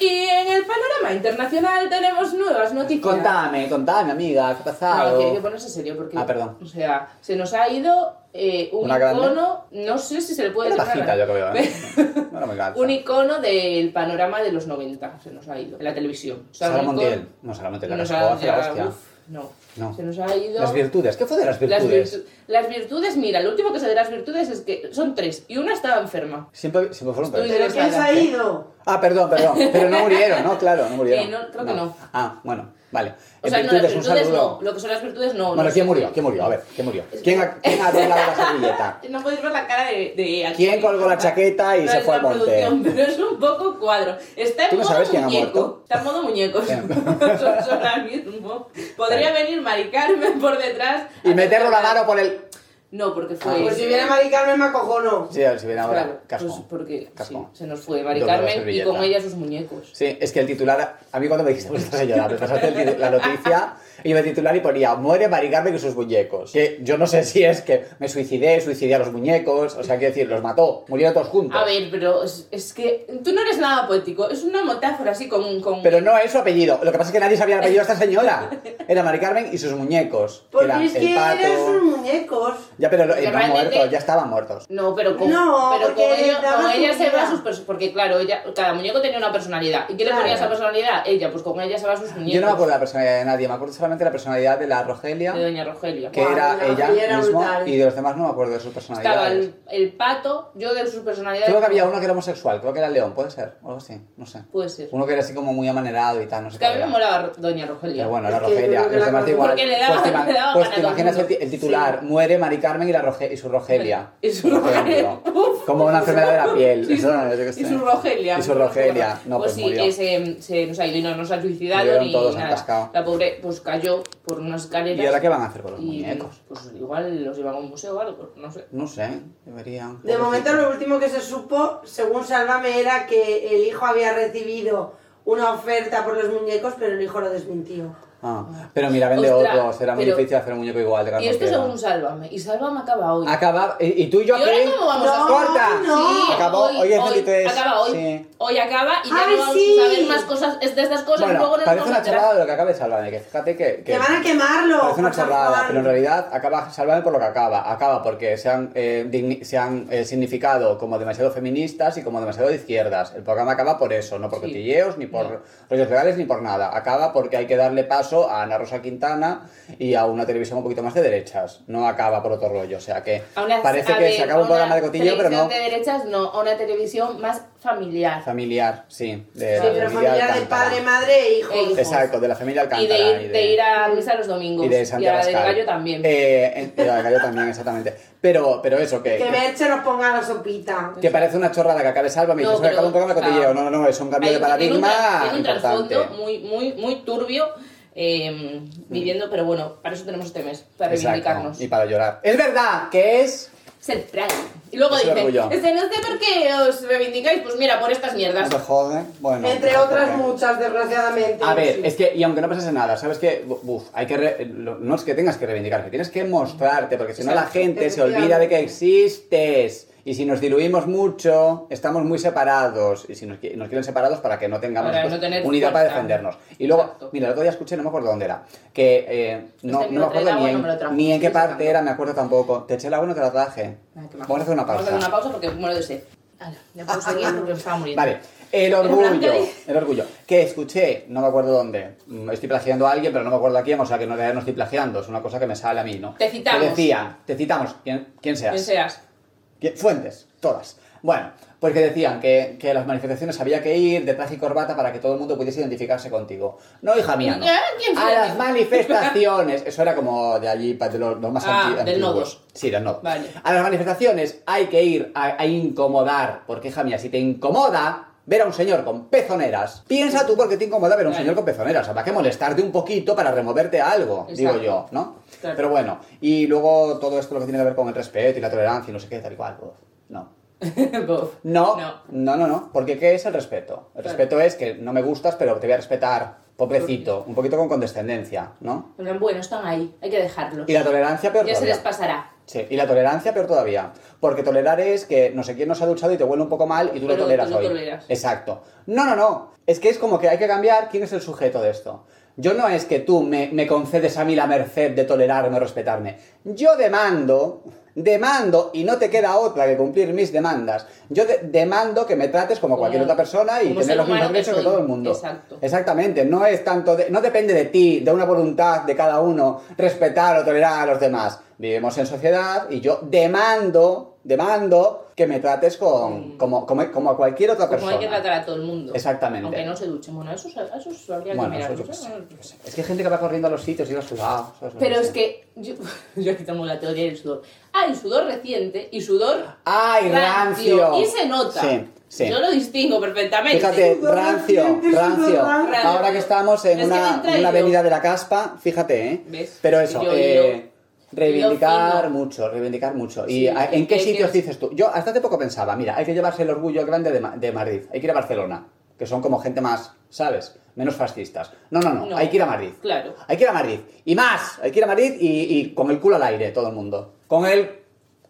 [SPEAKER 3] Y en el panorama internacional tenemos nuevas noticias.
[SPEAKER 1] Contame, contame, amiga, ¿qué ha
[SPEAKER 3] No,
[SPEAKER 1] pasado?
[SPEAKER 3] que hay que ponerse serio porque.
[SPEAKER 1] Ah, perdón.
[SPEAKER 3] O sea, se nos ha ido eh, un
[SPEAKER 1] ¿Una grande?
[SPEAKER 3] icono. No sé si se le puede
[SPEAKER 1] Era
[SPEAKER 3] llamar
[SPEAKER 1] bajita yo que veo, ¿eh? No era muy alta.
[SPEAKER 3] Un icono del panorama de los 90 se nos ha ido en la televisión. O sea,
[SPEAKER 1] Sara
[SPEAKER 3] un icono-
[SPEAKER 1] Montiel. No, Sara Montiel, la
[SPEAKER 3] nos
[SPEAKER 1] cascó
[SPEAKER 3] ha-
[SPEAKER 1] hace la
[SPEAKER 3] ya-
[SPEAKER 1] hostia.
[SPEAKER 3] uf, no.
[SPEAKER 1] No.
[SPEAKER 3] se nos ha ido.
[SPEAKER 1] Las virtudes, ¿qué fue de las
[SPEAKER 3] Las,
[SPEAKER 1] virtudes?
[SPEAKER 3] virtu- las virtudes, mira, lo último que sé de las virtudes es que son tres y una estaba enferma.
[SPEAKER 1] Siempre, siempre fueron
[SPEAKER 3] Estoy
[SPEAKER 1] tres.
[SPEAKER 3] de-
[SPEAKER 2] ¿Pero quién se ha ido?
[SPEAKER 1] Ah, perdón, perdón. Pero no murieron, ¿no? Claro, no murieron.
[SPEAKER 3] Eh, no, creo que no.
[SPEAKER 1] Ah, bueno, vale.
[SPEAKER 3] O sea, no,
[SPEAKER 1] virtud
[SPEAKER 3] las
[SPEAKER 1] de su
[SPEAKER 3] virtudes
[SPEAKER 1] Eh, saludo-
[SPEAKER 3] no. Lo que son las virtudes no.
[SPEAKER 1] Bueno,
[SPEAKER 3] no
[SPEAKER 1] ¿quién
[SPEAKER 3] sé.
[SPEAKER 1] murió? ¿Quién murió? A ver, ¿quién murió? ¿Quién ha, quién ha doblado la servilleta?
[SPEAKER 3] No podéis ver la cara de, de Alfredo.
[SPEAKER 1] ¿Quién colgó la chaqueta y
[SPEAKER 3] No
[SPEAKER 1] se
[SPEAKER 3] es
[SPEAKER 1] fue
[SPEAKER 3] la
[SPEAKER 1] al monte?
[SPEAKER 3] producción, Pero es un poco cuadro. Está en
[SPEAKER 1] ¿Tú no
[SPEAKER 3] modo
[SPEAKER 1] sabes quién ha
[SPEAKER 3] muñeco.
[SPEAKER 1] muerto?
[SPEAKER 3] Está en modo muñecos.
[SPEAKER 1] Bien.
[SPEAKER 3] son, son al mismo. Podría venir Mari Carmen por detrás.
[SPEAKER 1] Y meterlo la mano por el...
[SPEAKER 3] No, porque fue.
[SPEAKER 1] Ah,
[SPEAKER 2] Pues si viene Mari Carmen me acojono.
[SPEAKER 1] Sí, a ver si viene ahora.
[SPEAKER 3] Claro,
[SPEAKER 1] Casco.
[SPEAKER 3] pues porque
[SPEAKER 1] Casco.
[SPEAKER 3] sí, se nos fue Mari
[SPEAKER 1] Dobló la
[SPEAKER 3] Carmen y
[SPEAKER 1] servilleta.
[SPEAKER 3] con ella sus muñecos.
[SPEAKER 1] Sí, es que el titular, a mí cuando me dijiste, pues esta señora, me pasaste el titu- la noticia y me titular y ponía, muere Mari Carmen con sus muñecos. Que yo no sé si es que me suicidé, suicidé a los muñecos, o sea, quiero decir, los mató, murieron todos juntos.
[SPEAKER 3] A ver, pero es, es que tú no eres nada poético, es una metáfora así común. Con...
[SPEAKER 1] Pero no es su apellido, lo que pasa es que nadie sabía el apellido de esta señora. Era Mari Carmen y sus muñecos. que
[SPEAKER 2] Porque
[SPEAKER 1] era
[SPEAKER 2] es
[SPEAKER 1] el
[SPEAKER 2] que
[SPEAKER 1] pato.
[SPEAKER 2] eran sus muñecos.
[SPEAKER 1] Ya, pero lo- eh,
[SPEAKER 3] Porque
[SPEAKER 1] no
[SPEAKER 3] realmente-
[SPEAKER 1] muertos, ya estaban muertos.
[SPEAKER 3] No, pero con,
[SPEAKER 2] No,
[SPEAKER 3] pero con,
[SPEAKER 2] porque
[SPEAKER 3] ello-
[SPEAKER 2] daba
[SPEAKER 3] con
[SPEAKER 2] su
[SPEAKER 3] ella se
[SPEAKER 2] vida.
[SPEAKER 3] va sus personas. Porque claro, ella, cada muñeco tenía una personalidad. ¿Y qué le
[SPEAKER 2] Claro.
[SPEAKER 3] ponía esa personalidad? Ella, pues con ella se va sus muñecos.
[SPEAKER 1] Yo no me acuerdo la personalidad de nadie, me acuerdo solamente la personalidad de la Rogelia,
[SPEAKER 3] De Doña Rogelia. Pues
[SPEAKER 1] que
[SPEAKER 2] Guau,
[SPEAKER 1] era
[SPEAKER 2] la
[SPEAKER 1] ella
[SPEAKER 2] Rogelia era
[SPEAKER 1] misma,
[SPEAKER 2] brutal.
[SPEAKER 1] y de los demás no me acuerdo de su
[SPEAKER 3] Estaba
[SPEAKER 1] personalidad.
[SPEAKER 3] el, el pato, yo de sus personalidades.
[SPEAKER 1] Creo que había uno que era homosexual, creo que era León, puede ser, o algo así, no sé.
[SPEAKER 3] Puede ser.
[SPEAKER 1] Uno que era así como muy amanerado y tal, no sé
[SPEAKER 3] Es que a mí
[SPEAKER 1] cuál
[SPEAKER 3] me
[SPEAKER 1] era.
[SPEAKER 3] molaba Ro- Doña Rogelia.
[SPEAKER 1] Pero bueno, era
[SPEAKER 2] Es que yo
[SPEAKER 1] Rogelia,
[SPEAKER 2] creo que
[SPEAKER 1] los
[SPEAKER 2] la
[SPEAKER 1] demás
[SPEAKER 2] conozco.
[SPEAKER 1] igual.
[SPEAKER 3] Porque le daba-
[SPEAKER 1] pues te,
[SPEAKER 3] le daba
[SPEAKER 1] pues
[SPEAKER 3] gana
[SPEAKER 1] te
[SPEAKER 3] a todo
[SPEAKER 1] imaginas
[SPEAKER 3] el
[SPEAKER 1] el, ti-
[SPEAKER 3] mundo.
[SPEAKER 1] el titular, muere Mari Carmen y, la Roge- y su Rogelia.
[SPEAKER 3] Y su
[SPEAKER 1] Por ejemplo. Como una enfermedad de la piel.
[SPEAKER 3] Sí,
[SPEAKER 1] Eso no, yo qué
[SPEAKER 3] Y
[SPEAKER 1] sé.
[SPEAKER 3] su Rogelia.
[SPEAKER 1] Y su Rogelia. No, pues
[SPEAKER 3] sí,
[SPEAKER 1] murió.
[SPEAKER 3] que se, se nos ha ido y no nos ha suicidado
[SPEAKER 1] Murieron
[SPEAKER 3] ni
[SPEAKER 1] todos
[SPEAKER 3] nada.
[SPEAKER 1] atascados.
[SPEAKER 3] La pobre, pues cayó por unas escaleras.
[SPEAKER 1] ¿Y ahora qué van a hacer con los
[SPEAKER 3] y,
[SPEAKER 1] muñecos?
[SPEAKER 3] Pues igual los llevan a un museo o algo, pues, no sé.
[SPEAKER 1] No sé, deberían.
[SPEAKER 2] De momento lo último que se supo, según Sálvame, era que el hijo había recibido una oferta por los muñecos, pero el hijo lo desmintió.
[SPEAKER 1] Ah, pero mira, vende
[SPEAKER 3] Ostras,
[SPEAKER 1] otros, era muy
[SPEAKER 3] pero-
[SPEAKER 1] difícil hacer un muñeco igual. De
[SPEAKER 3] Y esto
[SPEAKER 1] Carlos
[SPEAKER 3] según Sálvame. Y Sálvame acaba hoy.
[SPEAKER 1] Queda. Acaba... ¿Y, y tú y yo
[SPEAKER 3] ¿Y ahora
[SPEAKER 1] aquí?
[SPEAKER 3] cómo vamos a-
[SPEAKER 1] ¡Corta!
[SPEAKER 2] No,
[SPEAKER 3] Sí,
[SPEAKER 1] Acabó, hoy, es 23.
[SPEAKER 3] Acaba hoy.
[SPEAKER 1] Sí.
[SPEAKER 3] Hoy acaba y ya
[SPEAKER 2] ¡Ay,
[SPEAKER 3] no vamos
[SPEAKER 2] sí!
[SPEAKER 3] a saber más cosas. Es de estas cosas, luego
[SPEAKER 1] Bueno,
[SPEAKER 3] no nos
[SPEAKER 1] parece
[SPEAKER 3] vamos a
[SPEAKER 1] una
[SPEAKER 3] enterar.
[SPEAKER 1] charlada de lo que acaba de Salvane, que fíjate que...
[SPEAKER 2] ¡Que van a
[SPEAKER 1] Parece
[SPEAKER 2] quemarlo!
[SPEAKER 1] una
[SPEAKER 3] Pues
[SPEAKER 2] por San
[SPEAKER 1] charlada,
[SPEAKER 2] Juan!
[SPEAKER 1] pero en realidad acaba Salvame por lo que acaba. Acaba porque se han, eh, digni- se han eh, significado como demasiado feministas y como demasiado de izquierdas. El programa acaba por eso, no por
[SPEAKER 3] Sí.
[SPEAKER 1] cotilleos, ni por
[SPEAKER 3] No.
[SPEAKER 1] rollos legales, ni por nada. Acaba porque hay que darle paso a Ana Rosa Quintana y a una televisión un poquito más de derechas. No acaba por otro rollo. O sea que
[SPEAKER 3] A una-
[SPEAKER 1] parece
[SPEAKER 3] a
[SPEAKER 1] que
[SPEAKER 3] ver,
[SPEAKER 1] se acaba un
[SPEAKER 3] a una
[SPEAKER 1] programa de cotilleo, pero no
[SPEAKER 3] televisión de derechas no, a una televisión más familiar.
[SPEAKER 1] familiar, sí. De la
[SPEAKER 2] Sí, pero
[SPEAKER 1] familia
[SPEAKER 2] familiar de
[SPEAKER 1] Alcántara.
[SPEAKER 2] padre, madre e hijo.
[SPEAKER 3] E hijo.
[SPEAKER 1] Exacto, de la familia
[SPEAKER 3] Y
[SPEAKER 1] Alcántara.
[SPEAKER 3] de
[SPEAKER 1] y
[SPEAKER 3] ir,
[SPEAKER 1] de-
[SPEAKER 3] de ir a misa los domingos.
[SPEAKER 1] y de Santiago
[SPEAKER 3] a la del
[SPEAKER 1] Abascal.
[SPEAKER 3] gallo también.
[SPEAKER 1] Eh, en- y la del gallo también, exactamente. Pero, pero eso, que,
[SPEAKER 2] Que Merche nos ponga la sopita.
[SPEAKER 1] que parece una chorrada que acabe salva, me
[SPEAKER 3] No,
[SPEAKER 1] dices, "Oye, acaba un
[SPEAKER 3] pero,
[SPEAKER 1] programa de
[SPEAKER 3] o sea,
[SPEAKER 1] cotilleo. No, no, no, es un cambio
[SPEAKER 3] Hay-
[SPEAKER 1] de paradigma
[SPEAKER 3] Tiene un, tra- tiene un
[SPEAKER 1] importante.
[SPEAKER 3] trasfondo muy, muy, muy turbio eh, viviendo, pero bueno, para eso tenemos este mes, para
[SPEAKER 1] Exacto,
[SPEAKER 3] reivindicarnos.
[SPEAKER 1] Y para llorar. Es verdad que es.
[SPEAKER 3] Ser pride. Y luego
[SPEAKER 1] Es el
[SPEAKER 3] dicen,
[SPEAKER 1] orgullo.
[SPEAKER 3] este, no sé por qué os reivindicáis, pues mira, por estas
[SPEAKER 1] No
[SPEAKER 3] mierdas.
[SPEAKER 1] te jode. Bueno.
[SPEAKER 2] Entre
[SPEAKER 1] no sé
[SPEAKER 2] otras
[SPEAKER 1] por qué.
[SPEAKER 2] muchas, desgraciadamente.
[SPEAKER 1] A ver,
[SPEAKER 2] Sí.
[SPEAKER 1] es que, y aunque no pasase nada, ¿sabes qué? Uf, hay que re- lo- no es que tengas que reivindicar, que tienes que mostrarte, porque si no la
[SPEAKER 3] Exacto,
[SPEAKER 1] gente se olvida de que existes. Y si nos diluimos mucho, estamos muy separados. Y si nos, qui- nos quieren separados para que no tengamos
[SPEAKER 3] Para
[SPEAKER 1] pues,
[SPEAKER 3] no tener
[SPEAKER 1] unidad para
[SPEAKER 3] fuerza.
[SPEAKER 1] defendernos. Y luego,
[SPEAKER 3] Exacto.
[SPEAKER 1] mira, el otro día escuché, no me acuerdo dónde era, que eh, no, no
[SPEAKER 3] Este
[SPEAKER 1] me
[SPEAKER 3] me lo
[SPEAKER 1] acuerdo
[SPEAKER 3] traerá,
[SPEAKER 1] ni
[SPEAKER 3] bueno,
[SPEAKER 1] en,
[SPEAKER 3] me lo trajo.
[SPEAKER 1] ni en qué
[SPEAKER 3] Estoy
[SPEAKER 1] parte
[SPEAKER 3] sacando.
[SPEAKER 1] era, me acuerdo tampoco. Te eché el agua y no te la traje.
[SPEAKER 3] Ah, qué majo.
[SPEAKER 1] Vamos a hacer una
[SPEAKER 3] Vamos a
[SPEAKER 1] pausa.
[SPEAKER 3] hacer una pausa porque muero de sed. Hala, ya puedo seguir porque me estaba muriendo.
[SPEAKER 1] Vale, el
[SPEAKER 3] blanco
[SPEAKER 1] orgullo,
[SPEAKER 3] ahí.
[SPEAKER 1] el orgullo, que escuché, no me acuerdo dónde, mm, estoy plagiando a alguien, pero no me acuerdo a quién, o sea que no, en realidad no estoy plagiando, es una cosa que me sale a mí, ¿no?
[SPEAKER 3] Te citamos.
[SPEAKER 1] Te decían, te citamos, ¿quién, quién seas?
[SPEAKER 3] Quien seas.
[SPEAKER 1] ¿Quién- Fuentes, todas. Bueno, pues que decían que, que a las manifestaciones había que ir de traje y corbata para que todo el mundo pudiese identificarse contigo. No, hija mía, no.
[SPEAKER 3] ¿Qué? ¿Quién
[SPEAKER 1] A
[SPEAKER 3] se
[SPEAKER 1] las
[SPEAKER 3] llama?
[SPEAKER 1] manifestaciones. Eso era como de allí, pa- de los, los más
[SPEAKER 3] Ah,
[SPEAKER 1] anti-
[SPEAKER 3] del
[SPEAKER 1] antiguos.
[SPEAKER 3] nodos.
[SPEAKER 1] Sí, del nodo.
[SPEAKER 3] Vale.
[SPEAKER 1] A las manifestaciones hay que ir a, a incomodar, porque hija mía, si te incomoda ver a un señor con pezoneras, piensa tú por qué te incomoda ver a un
[SPEAKER 3] Claro.
[SPEAKER 1] señor con pezoneras. O sea, ¿para qué molestarte un poquito para removerte a algo? Digo
[SPEAKER 3] Exacto.
[SPEAKER 1] yo, ¿no?
[SPEAKER 3] Claro.
[SPEAKER 1] Pero bueno, y luego todo esto lo que tiene que ver con el respeto y la tolerancia y no sé qué, tal y cual. pues, no.
[SPEAKER 3] Bof.
[SPEAKER 1] No,
[SPEAKER 3] No.
[SPEAKER 1] no, no, no, porque ¿qué es el respeto? El
[SPEAKER 3] Claro.
[SPEAKER 1] respeto es que no me gustas, pero te voy a respetar, pobrecito, un poquito con condescendencia, ¿no?
[SPEAKER 3] En plan, Bueno, están ahí, hay que dejarlos.
[SPEAKER 1] Y la tolerancia peor
[SPEAKER 3] Ya se
[SPEAKER 1] todavía.
[SPEAKER 3] les pasará.
[SPEAKER 1] Sí, y la tolerancia peor todavía. Porque tolerar es que no sé quién nos ha duchado y te huele un poco mal y tú lo
[SPEAKER 3] Pero tú
[SPEAKER 1] toleras
[SPEAKER 3] lo
[SPEAKER 1] hoy.
[SPEAKER 3] toleras.
[SPEAKER 1] Exacto. No, no, no. Es que es como que hay que cambiar quién es el sujeto de esto. Yo no es que tú me, me concedes a mí la merced de tolerarme o respetarme. Yo demando, demando, y no te queda otra que cumplir mis demandas. Yo de- demando que me trates como
[SPEAKER 3] Como-
[SPEAKER 1] cualquier otra persona y
[SPEAKER 3] como
[SPEAKER 1] tener
[SPEAKER 3] ser
[SPEAKER 1] los mismos
[SPEAKER 3] humano que
[SPEAKER 1] derechos que
[SPEAKER 3] soy.
[SPEAKER 1] todo el mundo.
[SPEAKER 3] Exacto.
[SPEAKER 1] Exactamente, no es tanto de- no depende de ti, de una voluntad de cada uno respetar o tolerar a los demás. Vivimos en sociedad y yo demando demando que me trates con,
[SPEAKER 3] Mm.
[SPEAKER 1] como, como, como a cualquier otra
[SPEAKER 3] Como
[SPEAKER 1] persona.
[SPEAKER 3] hay que tratar a todo el mundo.
[SPEAKER 1] Exactamente.
[SPEAKER 3] Aunque no se duchen. Bueno, eso, se- eso se habría que
[SPEAKER 1] Bueno,
[SPEAKER 3] mirar.
[SPEAKER 1] eso yo
[SPEAKER 3] ¿no?
[SPEAKER 1] qué sé, yo qué sé. Es que hay gente que va corriendo a los sitios y va sudado. ¿sabes?
[SPEAKER 3] Pero
[SPEAKER 1] Yo qué
[SPEAKER 3] es
[SPEAKER 1] sé.
[SPEAKER 3] que yo, yo aquí tomo la teoría del sudor. Hay sudor reciente y sudor
[SPEAKER 1] ¡Ay, rancio!
[SPEAKER 3] Y se nota.
[SPEAKER 1] Sí, sí.
[SPEAKER 3] Yo lo distingo perfectamente.
[SPEAKER 1] Fíjate,
[SPEAKER 2] Sudor
[SPEAKER 1] rancio,
[SPEAKER 2] reciente,
[SPEAKER 1] rancio.
[SPEAKER 2] sudor rancio.
[SPEAKER 1] Ahora que estamos en
[SPEAKER 3] Es que me
[SPEAKER 1] una,
[SPEAKER 3] han traído.
[SPEAKER 1] una avenida de la caspa, fíjate, ¿eh?
[SPEAKER 3] ¿Ves?
[SPEAKER 1] Pero eso,
[SPEAKER 3] Yo
[SPEAKER 1] eh, reivindicar
[SPEAKER 3] fino.
[SPEAKER 1] mucho, reivindicar mucho.
[SPEAKER 3] Sí,
[SPEAKER 1] ¿Y a- en
[SPEAKER 3] y
[SPEAKER 1] qué
[SPEAKER 3] que-
[SPEAKER 1] sitios
[SPEAKER 3] que-
[SPEAKER 1] dices tú? Yo hasta hace poco pensaba, mira, hay que llevarse el orgullo grande de, Ma- de Madrid, hay que ir a Barcelona, que son como gente más, ¿sabes? Menos fascistas. No, no, no,
[SPEAKER 3] No.
[SPEAKER 1] hay que ir a Madrid.
[SPEAKER 3] Claro.
[SPEAKER 1] Hay que ir a Madrid. Y más, hay que ir a Madrid y, y con el culo al aire, todo el mundo. Con el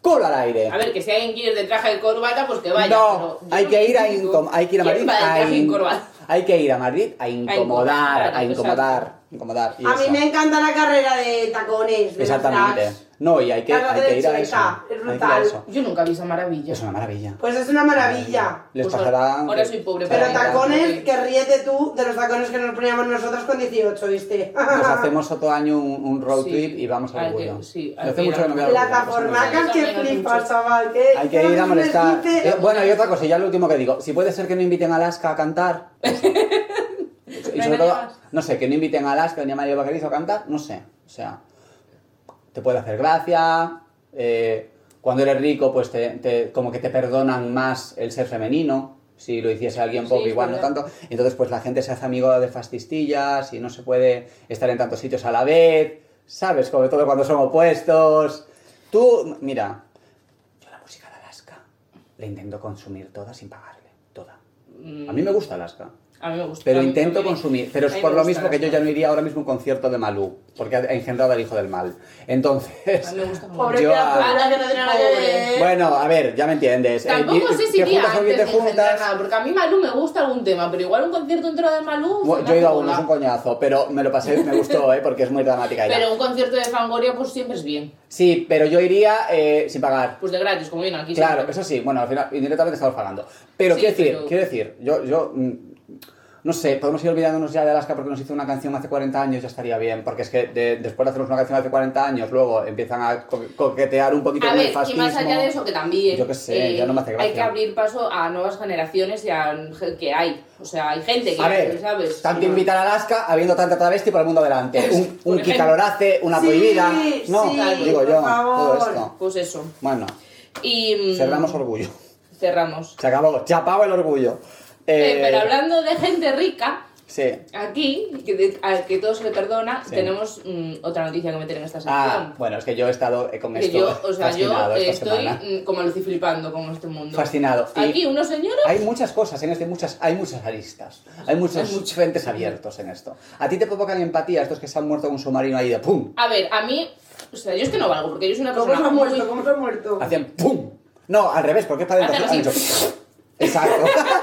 [SPEAKER 1] culo al aire.
[SPEAKER 3] A ver, que si alguien quiere ir de traje de corbata, pues que vaya.
[SPEAKER 1] No,
[SPEAKER 3] pero yo
[SPEAKER 1] hay
[SPEAKER 3] no
[SPEAKER 1] que, ir a
[SPEAKER 3] critico.
[SPEAKER 1] incom- hay que ir a
[SPEAKER 3] ¿Quién
[SPEAKER 1] Madrid
[SPEAKER 3] va de
[SPEAKER 1] a
[SPEAKER 3] traje y
[SPEAKER 1] in-
[SPEAKER 3] corbata?
[SPEAKER 1] hay que ir a Madrid a incomodar, a
[SPEAKER 3] claro,
[SPEAKER 1] incomodar, incomodar. y
[SPEAKER 2] A mí
[SPEAKER 1] eso.
[SPEAKER 2] me encanta la carrera de tacones. de
[SPEAKER 1] Exactamente.
[SPEAKER 2] fracs.
[SPEAKER 1] No, y hay que,
[SPEAKER 2] Claro,
[SPEAKER 1] hay que ir a
[SPEAKER 2] de
[SPEAKER 1] eso.
[SPEAKER 2] chueca, es
[SPEAKER 1] hay que ir a
[SPEAKER 2] brutal.
[SPEAKER 1] eso.
[SPEAKER 3] Yo nunca vi esa maravilla.
[SPEAKER 1] Es una maravilla.
[SPEAKER 2] Pues es una maravilla.
[SPEAKER 1] Les
[SPEAKER 3] Pues
[SPEAKER 1] pasará.
[SPEAKER 3] ahora soy pobre,
[SPEAKER 2] Pero
[SPEAKER 3] Maravilla.
[SPEAKER 2] tacones, que ríete tú de los tacones que nos poníamos nosotros con 18, ¿viste?
[SPEAKER 1] Nos hacemos otro año un, un road
[SPEAKER 3] Sí,
[SPEAKER 1] trip y vamos al
[SPEAKER 3] hay que-
[SPEAKER 1] orgullo.
[SPEAKER 3] sí,
[SPEAKER 1] Yo
[SPEAKER 3] hay
[SPEAKER 1] hace
[SPEAKER 3] que ir
[SPEAKER 1] mucho
[SPEAKER 3] a-
[SPEAKER 1] que no veo orgullo, no sé muy bien.
[SPEAKER 2] Plataformacas que
[SPEAKER 3] También
[SPEAKER 2] flipas,
[SPEAKER 3] mucho.
[SPEAKER 2] chaval. que-
[SPEAKER 1] Hay que
[SPEAKER 2] no
[SPEAKER 1] ir a
[SPEAKER 2] me
[SPEAKER 1] molestar.
[SPEAKER 2] dice-
[SPEAKER 1] Eh, Bueno, y otra cosa, ya lo último que digo. Si puede ser que no inviten a Alaska a cantar. y
[SPEAKER 3] hay
[SPEAKER 1] sobre
[SPEAKER 3] nadie
[SPEAKER 1] todo,
[SPEAKER 3] más.
[SPEAKER 1] no sé, que no inviten a Alaska ni a Mario Bacarizo a cantar, no sé. O sea, te puede hacer gracia. eh, cuando eres rico, pues te, te- como que te perdonan más el ser femenino. Si lo hiciese alguien
[SPEAKER 3] Sí,
[SPEAKER 1] poco,
[SPEAKER 3] es
[SPEAKER 1] igual no
[SPEAKER 3] verdad.
[SPEAKER 1] tanto. Entonces, pues la gente se hace amigo de fascistillas y no se puede estar en tantos sitios a la vez. ¿Sabes? Sobre todo cuando son opuestos. Tú, mira, yo la música de Alaska la intento consumir toda sin pagarle, toda.
[SPEAKER 3] Mm,
[SPEAKER 1] A mí me gusta Alaska,
[SPEAKER 3] a mí me gusta.
[SPEAKER 1] pero
[SPEAKER 3] A mí-
[SPEAKER 1] intento
[SPEAKER 3] a mí me-
[SPEAKER 1] consumir. Pero
[SPEAKER 3] a
[SPEAKER 1] es
[SPEAKER 3] mí
[SPEAKER 1] por
[SPEAKER 3] me
[SPEAKER 1] lo
[SPEAKER 3] gusta
[SPEAKER 1] mismo que yo
[SPEAKER 3] Alaska.
[SPEAKER 1] ya no iría ahora mismo a un concierto de Malú, porque ha engendrado al hijo del mal. Entonces,
[SPEAKER 3] A mí me gusta mucho.
[SPEAKER 2] Pobre
[SPEAKER 1] Yo
[SPEAKER 2] que
[SPEAKER 1] a-
[SPEAKER 2] la pobre que no tiene nada que
[SPEAKER 3] Pobre.
[SPEAKER 2] ver.
[SPEAKER 1] bueno, a ver, ya me entiendes. eh,
[SPEAKER 3] Tampoco
[SPEAKER 1] di-
[SPEAKER 3] sé si
[SPEAKER 1] que juntas o
[SPEAKER 3] iría
[SPEAKER 1] que
[SPEAKER 3] antes de
[SPEAKER 1] te
[SPEAKER 3] engendrar
[SPEAKER 1] juntas.
[SPEAKER 3] nada, porque a mí Malú me gusta algún tema, pero igual un concierto entero de Malú...
[SPEAKER 1] Bueno,
[SPEAKER 3] fue
[SPEAKER 1] Yo he
[SPEAKER 3] una
[SPEAKER 1] ido a uno, es un
[SPEAKER 3] bola.
[SPEAKER 1] coñazo, pero me lo pasé, me gustó, eh, porque es muy dramática ella.
[SPEAKER 3] Pero un concierto de Fangoria pues siempre es bien.
[SPEAKER 1] Sí, pero yo iría eh, sin pagar.
[SPEAKER 3] Pues de gratis, como viene aquí.
[SPEAKER 1] Claro,
[SPEAKER 3] siempre.
[SPEAKER 1] eso sí, bueno, al final indirectamente estamos pagando. Pero
[SPEAKER 3] Sí,
[SPEAKER 1] quiero decir,
[SPEAKER 3] pero-
[SPEAKER 1] quiero decir, yo, yo mm, no sé, podemos ir olvidándonos ya de Alaska porque nos hizo una canción hace 40 años, ya estaría bien, porque es que de- después de hacernos una canción hace 40 años, luego empiezan a co- coquetear un poquito
[SPEAKER 3] A
[SPEAKER 1] con el
[SPEAKER 3] ver, y
[SPEAKER 1] fascismo.
[SPEAKER 3] más allá de eso, que también. eh,
[SPEAKER 1] Yo qué sé, ya no me hace gracia.
[SPEAKER 3] Hay que abrir paso a nuevas generaciones y a gen- que hay. O sea, hay gente que
[SPEAKER 1] A ver,
[SPEAKER 3] ¿sabes? Mm, Pues,
[SPEAKER 1] tanto invitar a Alaska habiendo tanta travesti por el mundo delante. Un,
[SPEAKER 3] Por
[SPEAKER 1] un
[SPEAKER 3] ejemplo.
[SPEAKER 1] Kikalorace, una
[SPEAKER 2] Sí,
[SPEAKER 1] prohibida. No,
[SPEAKER 2] sí,
[SPEAKER 1] digo
[SPEAKER 2] por
[SPEAKER 1] yo,
[SPEAKER 2] favor.
[SPEAKER 1] todo esto.
[SPEAKER 3] Pues eso.
[SPEAKER 1] Bueno,
[SPEAKER 3] Y. mm,
[SPEAKER 1] cerramos orgullo.
[SPEAKER 3] Cerramos.
[SPEAKER 1] Se acabó, chapao el orgullo.
[SPEAKER 3] Eh,
[SPEAKER 1] Eh,
[SPEAKER 3] pero hablando de gente rica,
[SPEAKER 1] Sí.
[SPEAKER 3] aquí, que de- al que todo se le perdona,
[SPEAKER 1] Sí.
[SPEAKER 3] tenemos mm, otra noticia que meter en esta sección.
[SPEAKER 1] Ah, bueno, es que yo he estado eh, con
[SPEAKER 3] que
[SPEAKER 1] esto
[SPEAKER 3] yo, o sea, yo
[SPEAKER 1] fascinado
[SPEAKER 3] eh,
[SPEAKER 1] esta
[SPEAKER 3] estoy
[SPEAKER 1] semana.
[SPEAKER 3] mm, como luciflipando con este mundo.
[SPEAKER 1] Fascinado. Y
[SPEAKER 3] Aquí, unos señores.
[SPEAKER 1] hay muchas cosas en esto, hay muchas, hay muchas aristas, hay muchos
[SPEAKER 3] Hay muchas.
[SPEAKER 1] frentes abiertos en esto. ¿A ti te provocan empatía estos que se han muerto con un submarino ahí de pum?
[SPEAKER 3] A ver, a mí. O sea, yo es que no valgo, porque yo soy una
[SPEAKER 2] ¿Cómo se
[SPEAKER 3] persona
[SPEAKER 2] ha
[SPEAKER 3] muy
[SPEAKER 2] muerto? ¿Cómo se ha muerto?
[SPEAKER 1] Hacían pum. No, al revés, porque es para adentro.
[SPEAKER 3] Hacen
[SPEAKER 1] Han hecho- Exacto.